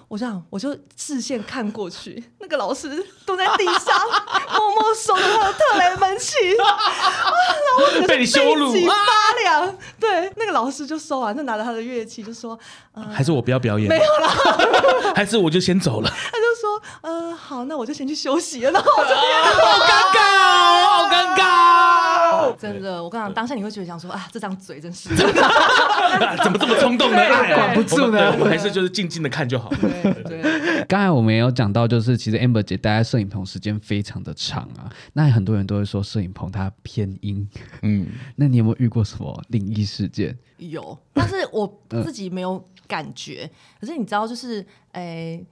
[SPEAKER 3] 我这样，我就视线看过去，那个老师蹲在地上，默默收着他的特雷门琴。
[SPEAKER 2] 被你羞辱
[SPEAKER 3] 背脊发凉。对，那个老师就说完，就拿着他的乐器就说，
[SPEAKER 2] 还是我不要表演？没有啦，还是我就先 走了。
[SPEAKER 3] 他就说，呃，好，那我就先去休息了。然后我就
[SPEAKER 2] 好尴尬哦，好尴尬哦
[SPEAKER 3] 真的，我跟你讲，当下你会觉得想说，啊，这张嘴真是。
[SPEAKER 2] 啊！怎么这么冲动呢？哎
[SPEAKER 1] 管不住呢
[SPEAKER 2] 我们对我们还是就是静静的看就好。
[SPEAKER 3] 对对，
[SPEAKER 1] 刚才我们也有讲到，就是其实 Amber 姐待在摄影棚时间非常的长啊，那很多人都会说摄影棚它偏阴，
[SPEAKER 2] 嗯，
[SPEAKER 1] 那你有没有遇过什么灵异事件？
[SPEAKER 3] 有，但是我自己没有感觉。可是你知道，就是，哎，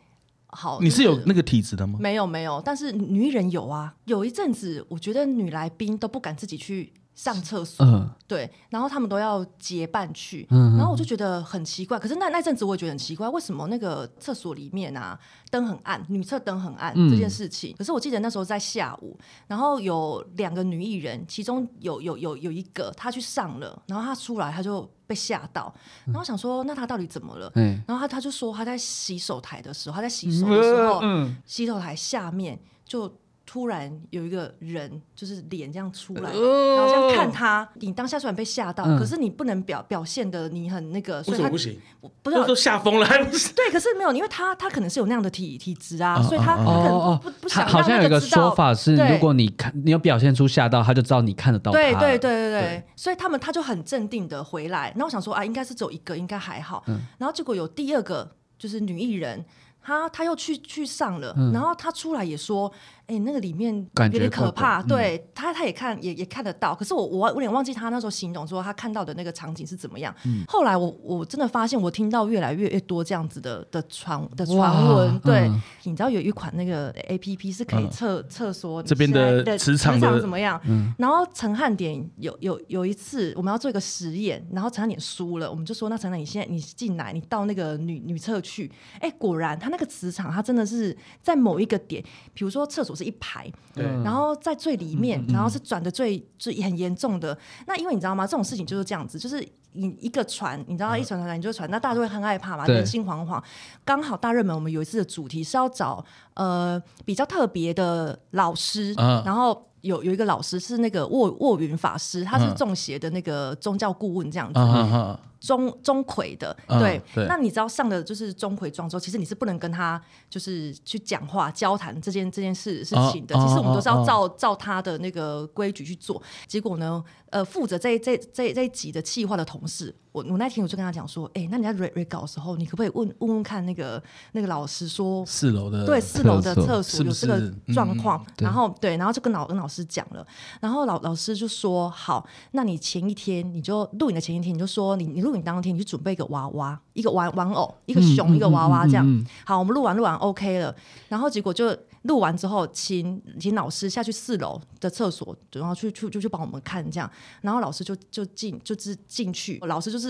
[SPEAKER 3] 好，
[SPEAKER 2] 你是
[SPEAKER 3] 就
[SPEAKER 2] 有那个体质的吗？
[SPEAKER 3] 没有没有，但是女艺人有啊。有一阵子，我觉得女来宾都不敢自己去上厕所，
[SPEAKER 1] 嗯
[SPEAKER 3] 对，然后他们都要结伴去，
[SPEAKER 1] 嗯
[SPEAKER 3] 然后我就觉得很奇怪。可是那那阵子我也觉得很奇怪，为什么那个厕所里面啊灯很暗，女厕灯很暗、
[SPEAKER 1] 嗯
[SPEAKER 3] 这件事情？可是我记得那时候在下午，然后有两个女艺人，其中有有有有一个她去上了，然后她出来她就被吓到，
[SPEAKER 1] 嗯
[SPEAKER 3] 然后想说那她到底怎么了？
[SPEAKER 1] 哎，
[SPEAKER 3] 然后她她就说她在洗手台的时候，她在洗手的时候，
[SPEAKER 1] 嗯，
[SPEAKER 3] 洗手台下面就突然有一个人，就是脸这样出来，
[SPEAKER 1] 呃
[SPEAKER 3] 然后这样看他，你当下虽然被吓到，
[SPEAKER 1] 哦嗯
[SPEAKER 3] 可是你不能表表现的你很那个，所
[SPEAKER 2] 为什
[SPEAKER 3] 以他
[SPEAKER 2] 么不行？
[SPEAKER 3] 我不知道
[SPEAKER 2] 都都吓疯了，还不是？
[SPEAKER 3] 对，可是没有，因为他他可能是有那样的体体质啊，
[SPEAKER 2] 嗯
[SPEAKER 3] 所以他
[SPEAKER 2] 嗯
[SPEAKER 3] 他可
[SPEAKER 1] 哦
[SPEAKER 3] 能
[SPEAKER 1] 哦
[SPEAKER 3] 不
[SPEAKER 1] 哦，
[SPEAKER 3] 不
[SPEAKER 1] 他
[SPEAKER 3] 想
[SPEAKER 1] 好像有一
[SPEAKER 3] 让那
[SPEAKER 1] 个
[SPEAKER 3] 知道
[SPEAKER 1] 说法是，
[SPEAKER 3] 对
[SPEAKER 1] 如果你看你有表现出吓到，他就知道你看得到他
[SPEAKER 3] 对
[SPEAKER 1] 了。
[SPEAKER 3] 对对对对，所以他们他就很镇定的回来。然后我想说啊，应该是只有一个，应该还好。
[SPEAKER 1] 嗯
[SPEAKER 3] 然后结果有第二个就是女艺人，她她又去去上了，然后她出来也说，哎、那个里面
[SPEAKER 1] 嗯感觉
[SPEAKER 3] 有点可怕。
[SPEAKER 1] 怪怪嗯
[SPEAKER 3] 对她她也看也也看得到，可是我我我有点忘记她那时候形容说她看到的那个场景是怎么样。
[SPEAKER 1] 嗯
[SPEAKER 3] 后来我我真的发现，我听到越来越越多这样子的的传的传
[SPEAKER 1] 哇
[SPEAKER 3] 闻。对，
[SPEAKER 1] 嗯
[SPEAKER 3] 你知道有一款那个 A P P 是可以测测、说你
[SPEAKER 2] 这边
[SPEAKER 3] 现在
[SPEAKER 2] 的
[SPEAKER 3] 的
[SPEAKER 2] 磁场的
[SPEAKER 3] 怎么样？然后陈汉典有有有一次我们要做一个实验，然后陈汉典输了，我们就说那陈汉典你现在你进来，你到那个女女厕去，哎，果然他那个磁场，他真的是在某一个点，比如说厕所是一排，
[SPEAKER 2] 对
[SPEAKER 1] 嗯
[SPEAKER 3] 然后在最里面，然后是转的最最很严重的。那因为你知道吗？这种事情就是这样子，就是你一个传，你知道一传传传你就传，那大家就会很害怕嘛，
[SPEAKER 1] 对
[SPEAKER 3] 人心惶惶。刚好大热门，我们有一次的主题是要找呃比较特别的老师，
[SPEAKER 2] 嗯
[SPEAKER 3] 然后。有有一个老师是那个卧卧云法师，他是
[SPEAKER 2] 嗯
[SPEAKER 3] 中邪的那个宗教顾问这样子，
[SPEAKER 2] 啊哈哈，
[SPEAKER 3] 钟钟馗的，
[SPEAKER 2] 嗯
[SPEAKER 3] 对，
[SPEAKER 2] 对
[SPEAKER 3] 那你知道上了就是钟馗庄之后，其实你是不能跟他就是去讲话、交谈这件这件事事情的。
[SPEAKER 2] 哦
[SPEAKER 3] 其实我们都是
[SPEAKER 2] 哦
[SPEAKER 3] 要
[SPEAKER 2] 哦
[SPEAKER 3] 照、照他的那个规矩去做。结果呢，呃，负责这这这这一集的企划的同事，我我那天我就跟他讲说，哎、那你在 re re 稿的时候，你可不可以问问问看那个那个老师说，
[SPEAKER 2] 四楼的
[SPEAKER 3] 对四楼的
[SPEAKER 1] 厕所
[SPEAKER 3] 厕
[SPEAKER 2] 是
[SPEAKER 3] 所
[SPEAKER 2] 不
[SPEAKER 3] 有
[SPEAKER 2] 是嗯
[SPEAKER 3] 这个状况，
[SPEAKER 1] 对
[SPEAKER 3] 然后对，然后就跟老跟老师讲了，然后老老师就说好，那你前一天你就录影的前一天你就说你你录影当天你就准备一个娃娃，一个玩玩偶，嗯一个
[SPEAKER 1] 嗯
[SPEAKER 2] 嗯
[SPEAKER 3] 熊，一个娃娃这样。好，我们录完录完 OK 了，然后结果就录完之后，请请老师下去四楼的厕所，然后去去就去帮我们看这样，然后老师就就进就是进去，老师就是。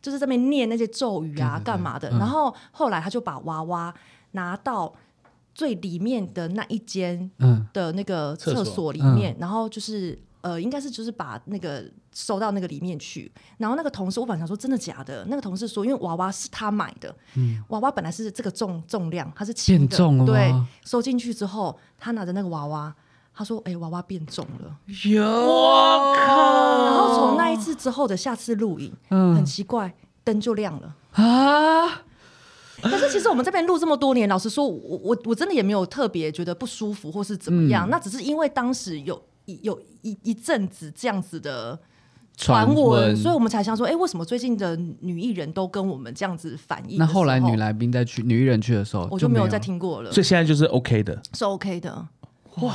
[SPEAKER 3] 就是在那边念那些咒语啊，干嘛的？然后后来他就把娃娃拿到最里面的那一间
[SPEAKER 1] 嗯，
[SPEAKER 3] 的那个
[SPEAKER 2] 厕
[SPEAKER 3] 厕
[SPEAKER 2] 所
[SPEAKER 3] 所嗯里面，然后就是呃，应该是就是把那个收到那个里面去。然后那个同事，我本来想说真的假的，那个同事说，因为娃娃是他买的，娃娃本来是这个重重量，它是轻的，
[SPEAKER 1] 变重了吗
[SPEAKER 3] 对，收进去之后，他拿着那个娃娃。他说：“哎、娃娃变重了。
[SPEAKER 1] 有，我
[SPEAKER 3] 然
[SPEAKER 1] 靠
[SPEAKER 3] 后从那一次之后的下次录影，
[SPEAKER 1] 嗯
[SPEAKER 3] 很奇怪，灯就亮了。
[SPEAKER 1] 啊，
[SPEAKER 3] 但是其实我们这边录这么多年，老实说，我我我真的也没有特别觉得不舒服或是怎么
[SPEAKER 1] 嗯
[SPEAKER 3] 样，那只是因为当时有一有一一阵子这样子的传闻，所以我们才想说，哎、为什么最近的女艺人都跟我们这样子反应？
[SPEAKER 1] 那后来女，来宾在去女艺人去的时候，
[SPEAKER 3] 我
[SPEAKER 1] 就
[SPEAKER 3] 就没有
[SPEAKER 1] 有
[SPEAKER 3] 再，听过了
[SPEAKER 2] 所，以现在就是 OK 的，
[SPEAKER 3] 是 OK 的。对，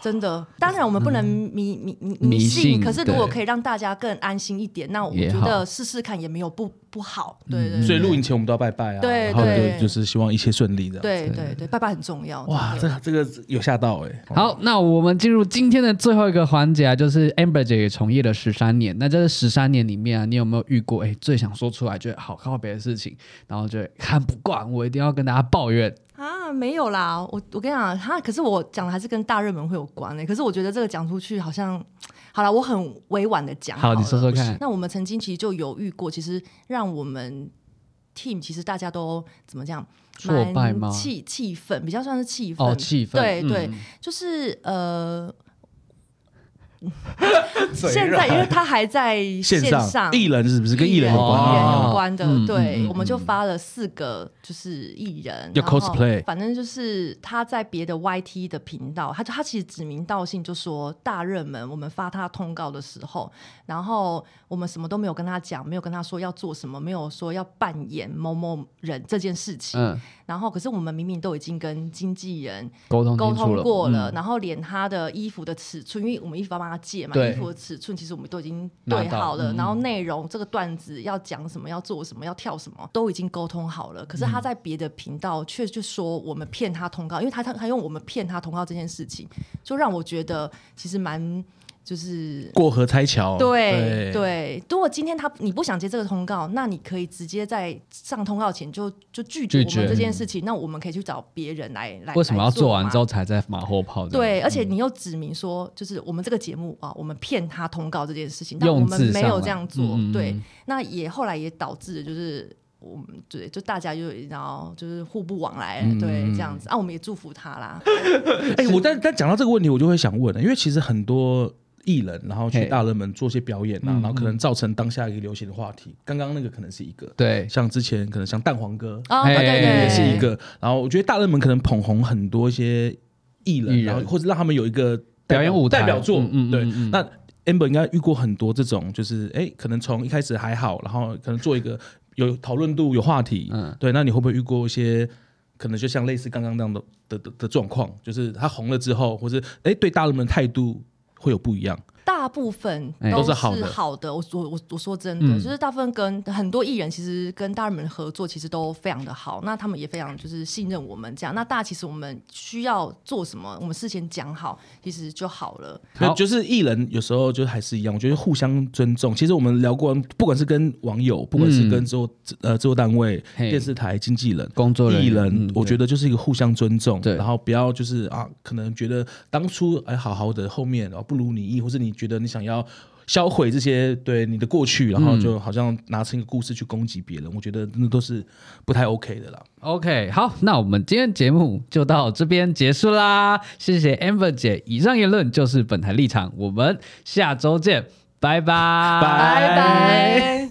[SPEAKER 3] 真的。当然，我们不能迷迷迷
[SPEAKER 1] 嗯迷信
[SPEAKER 3] 信，可是如果
[SPEAKER 1] 对
[SPEAKER 3] 可以让大家更安心一点，那我
[SPEAKER 1] 也
[SPEAKER 3] 觉
[SPEAKER 1] 好嗯
[SPEAKER 3] 得试试看也没有不不好。对对
[SPEAKER 2] 所以
[SPEAKER 3] 对
[SPEAKER 2] 录影前我们都要拜拜啊，
[SPEAKER 3] 对
[SPEAKER 2] 然后
[SPEAKER 3] 对
[SPEAKER 2] 就就是希望一切顺利的。
[SPEAKER 3] 对对对，拜拜很重要。
[SPEAKER 2] 哇，
[SPEAKER 3] 真的
[SPEAKER 2] 这这个有吓到哎、欸，
[SPEAKER 1] 好，那我们进入今天的最后一个环节啊，就是 Amber 姐也从业了十三年。那在这十三年里面啊，你有没有遇过哎最想说出来觉得好靠别的事情，然后就看不惯，我一定要跟大家抱怨？
[SPEAKER 3] 啊，没有啦，我我跟你讲，哈，可是我讲的还是跟大热门会有关欸诶、可是我觉得这个讲出去好像，好啦，我很委婉的讲。
[SPEAKER 1] 好，
[SPEAKER 3] 好，
[SPEAKER 1] 你说。说看。
[SPEAKER 3] 那我们曾经其实就犹豫过，其实让我们 team 其实大家都怎么讲，
[SPEAKER 1] 挫败吗
[SPEAKER 3] 蛮气气愤，比较算是气愤。
[SPEAKER 1] 哦，气氛，
[SPEAKER 3] 对
[SPEAKER 1] 嗯
[SPEAKER 3] 对，就是呃，现在因为他还在
[SPEAKER 2] 线
[SPEAKER 3] 上
[SPEAKER 2] 上艺人是不是跟艺人有关
[SPEAKER 3] 艺人有
[SPEAKER 2] 啊？
[SPEAKER 3] 关的，
[SPEAKER 1] 哦
[SPEAKER 3] 对
[SPEAKER 1] 嗯嗯，嗯
[SPEAKER 3] 我们就发了四个就是艺人，
[SPEAKER 2] 要
[SPEAKER 3] 然后
[SPEAKER 2] cosplay
[SPEAKER 3] 反正就是他在别的 YT 的频道，他他其实指名道姓就说大热门，我们发他通告的时候，然后我们什么都没有跟他讲，没有跟他说要做什么，没有说要扮演某某人这件事情，
[SPEAKER 1] 嗯，
[SPEAKER 3] 然后可是我们明明都已经跟经纪人
[SPEAKER 1] 沟通
[SPEAKER 3] 沟
[SPEAKER 1] 清楚
[SPEAKER 3] 通
[SPEAKER 1] 了，
[SPEAKER 3] 过了，
[SPEAKER 1] 嗯
[SPEAKER 3] 然后连他的衣服的尺寸，因为我们衣服要帮他借嘛，
[SPEAKER 1] 对
[SPEAKER 3] 衣服的尺寸其实我们都已经
[SPEAKER 1] 拿
[SPEAKER 3] 对
[SPEAKER 1] 到
[SPEAKER 3] 好了，
[SPEAKER 1] 嗯
[SPEAKER 3] 然后内容这个段子要讲什么，要做什么，要跳什么，都已经沟通好了。可是
[SPEAKER 1] 嗯
[SPEAKER 3] 他在别的频道却就说我们骗他通告，因为他他他用我们骗他通告这件事情，就让我觉得其实蛮。就是
[SPEAKER 2] 过河拆
[SPEAKER 1] 哦
[SPEAKER 2] 桥，
[SPEAKER 3] 对对，如果今天他你不想接这个通告，那你可以直接在上通告前就就拒
[SPEAKER 1] 拒
[SPEAKER 3] 绝我
[SPEAKER 1] 绝
[SPEAKER 3] 们这件事情，那我们可以去找别人来来。
[SPEAKER 1] 嗯为什么要
[SPEAKER 3] 来
[SPEAKER 1] 做完
[SPEAKER 3] 嘛
[SPEAKER 1] 之后才在马后炮？
[SPEAKER 3] 对，，而且你又指明说，就是我们这个节目啊，我们骗他通告这件事情，但
[SPEAKER 1] 用
[SPEAKER 3] 我们
[SPEAKER 1] 字
[SPEAKER 3] 没
[SPEAKER 1] 上
[SPEAKER 3] 有
[SPEAKER 1] 来
[SPEAKER 3] 这样做。
[SPEAKER 1] 嗯嗯
[SPEAKER 3] 对
[SPEAKER 1] 嗯，
[SPEAKER 3] 那也后来也导致就是我们对，就大家就然后就是互不往来，
[SPEAKER 1] 嗯
[SPEAKER 3] 对这样子啊，我们也祝福他啦。
[SPEAKER 2] 哎、我但但讲到这个问题，我就会想问了，因为其实很多艺人，然后去
[SPEAKER 1] 嘿
[SPEAKER 2] 大热门做些表演啊，
[SPEAKER 1] 嗯
[SPEAKER 2] 然后可能造成当下一个流行的话题。刚刚那个可能是一个，
[SPEAKER 1] 对，
[SPEAKER 2] 像之前可能像蛋黄哥
[SPEAKER 3] 哦，
[SPEAKER 1] 哎
[SPEAKER 3] 对对对，
[SPEAKER 2] 也是一个。然后我觉得大热门可能捧红很多一些艺人，
[SPEAKER 1] 艺人
[SPEAKER 2] 然后或者让他们有一个代
[SPEAKER 1] 表演舞台
[SPEAKER 2] 代表作。
[SPEAKER 1] 嗯嗯嗯
[SPEAKER 2] 对，
[SPEAKER 1] 嗯
[SPEAKER 2] 那 Amber 应该遇过很多这种，就是哎、可能从一开始还好，然后可能做一个有讨论度、有话题，
[SPEAKER 1] 嗯
[SPEAKER 2] 对，那你会不会遇过一些可能就像类似刚刚那样的的的的状况，就是他红了之后，或是哎对大人们态度会有不一样？
[SPEAKER 3] 大部分
[SPEAKER 1] 哎
[SPEAKER 2] 都
[SPEAKER 3] 是
[SPEAKER 2] 是好的
[SPEAKER 3] 好的。我我我我说真的，
[SPEAKER 1] 嗯
[SPEAKER 3] 就是大部分跟很多艺人其实跟大人们合作，其实都非常的好。那他们也非常就是信任我们这样。那大家其实我们需要做什么，我们事先讲好，其实就好了。
[SPEAKER 1] 好
[SPEAKER 2] 就是艺人有时候就还是一样，我觉得互相尊重。其实我们聊过，不管是跟网友，不管是跟制作、呃制作单位、
[SPEAKER 1] 嗯嘿
[SPEAKER 2] 电视台、经纪人。
[SPEAKER 1] 工作人
[SPEAKER 2] 艺
[SPEAKER 1] 员
[SPEAKER 2] 人，我觉
[SPEAKER 1] 得
[SPEAKER 2] 得就是一个互相尊重，
[SPEAKER 1] 对
[SPEAKER 2] 然后不要就是啊，可能觉得当初哎好好的，后面然后不如你意，或是你觉得你想要销毁这些对你的过去，然后
[SPEAKER 1] 嗯
[SPEAKER 2] 就好像拿成一个故事去攻击别人，我觉得那都是不太 OK 的啦。
[SPEAKER 1] OK。好，那我们今天节目就到这边结束啦，谢谢 Amber 姐。以上言论就是本台立场，我们下周见，拜拜，
[SPEAKER 2] 拜
[SPEAKER 3] 拜拜。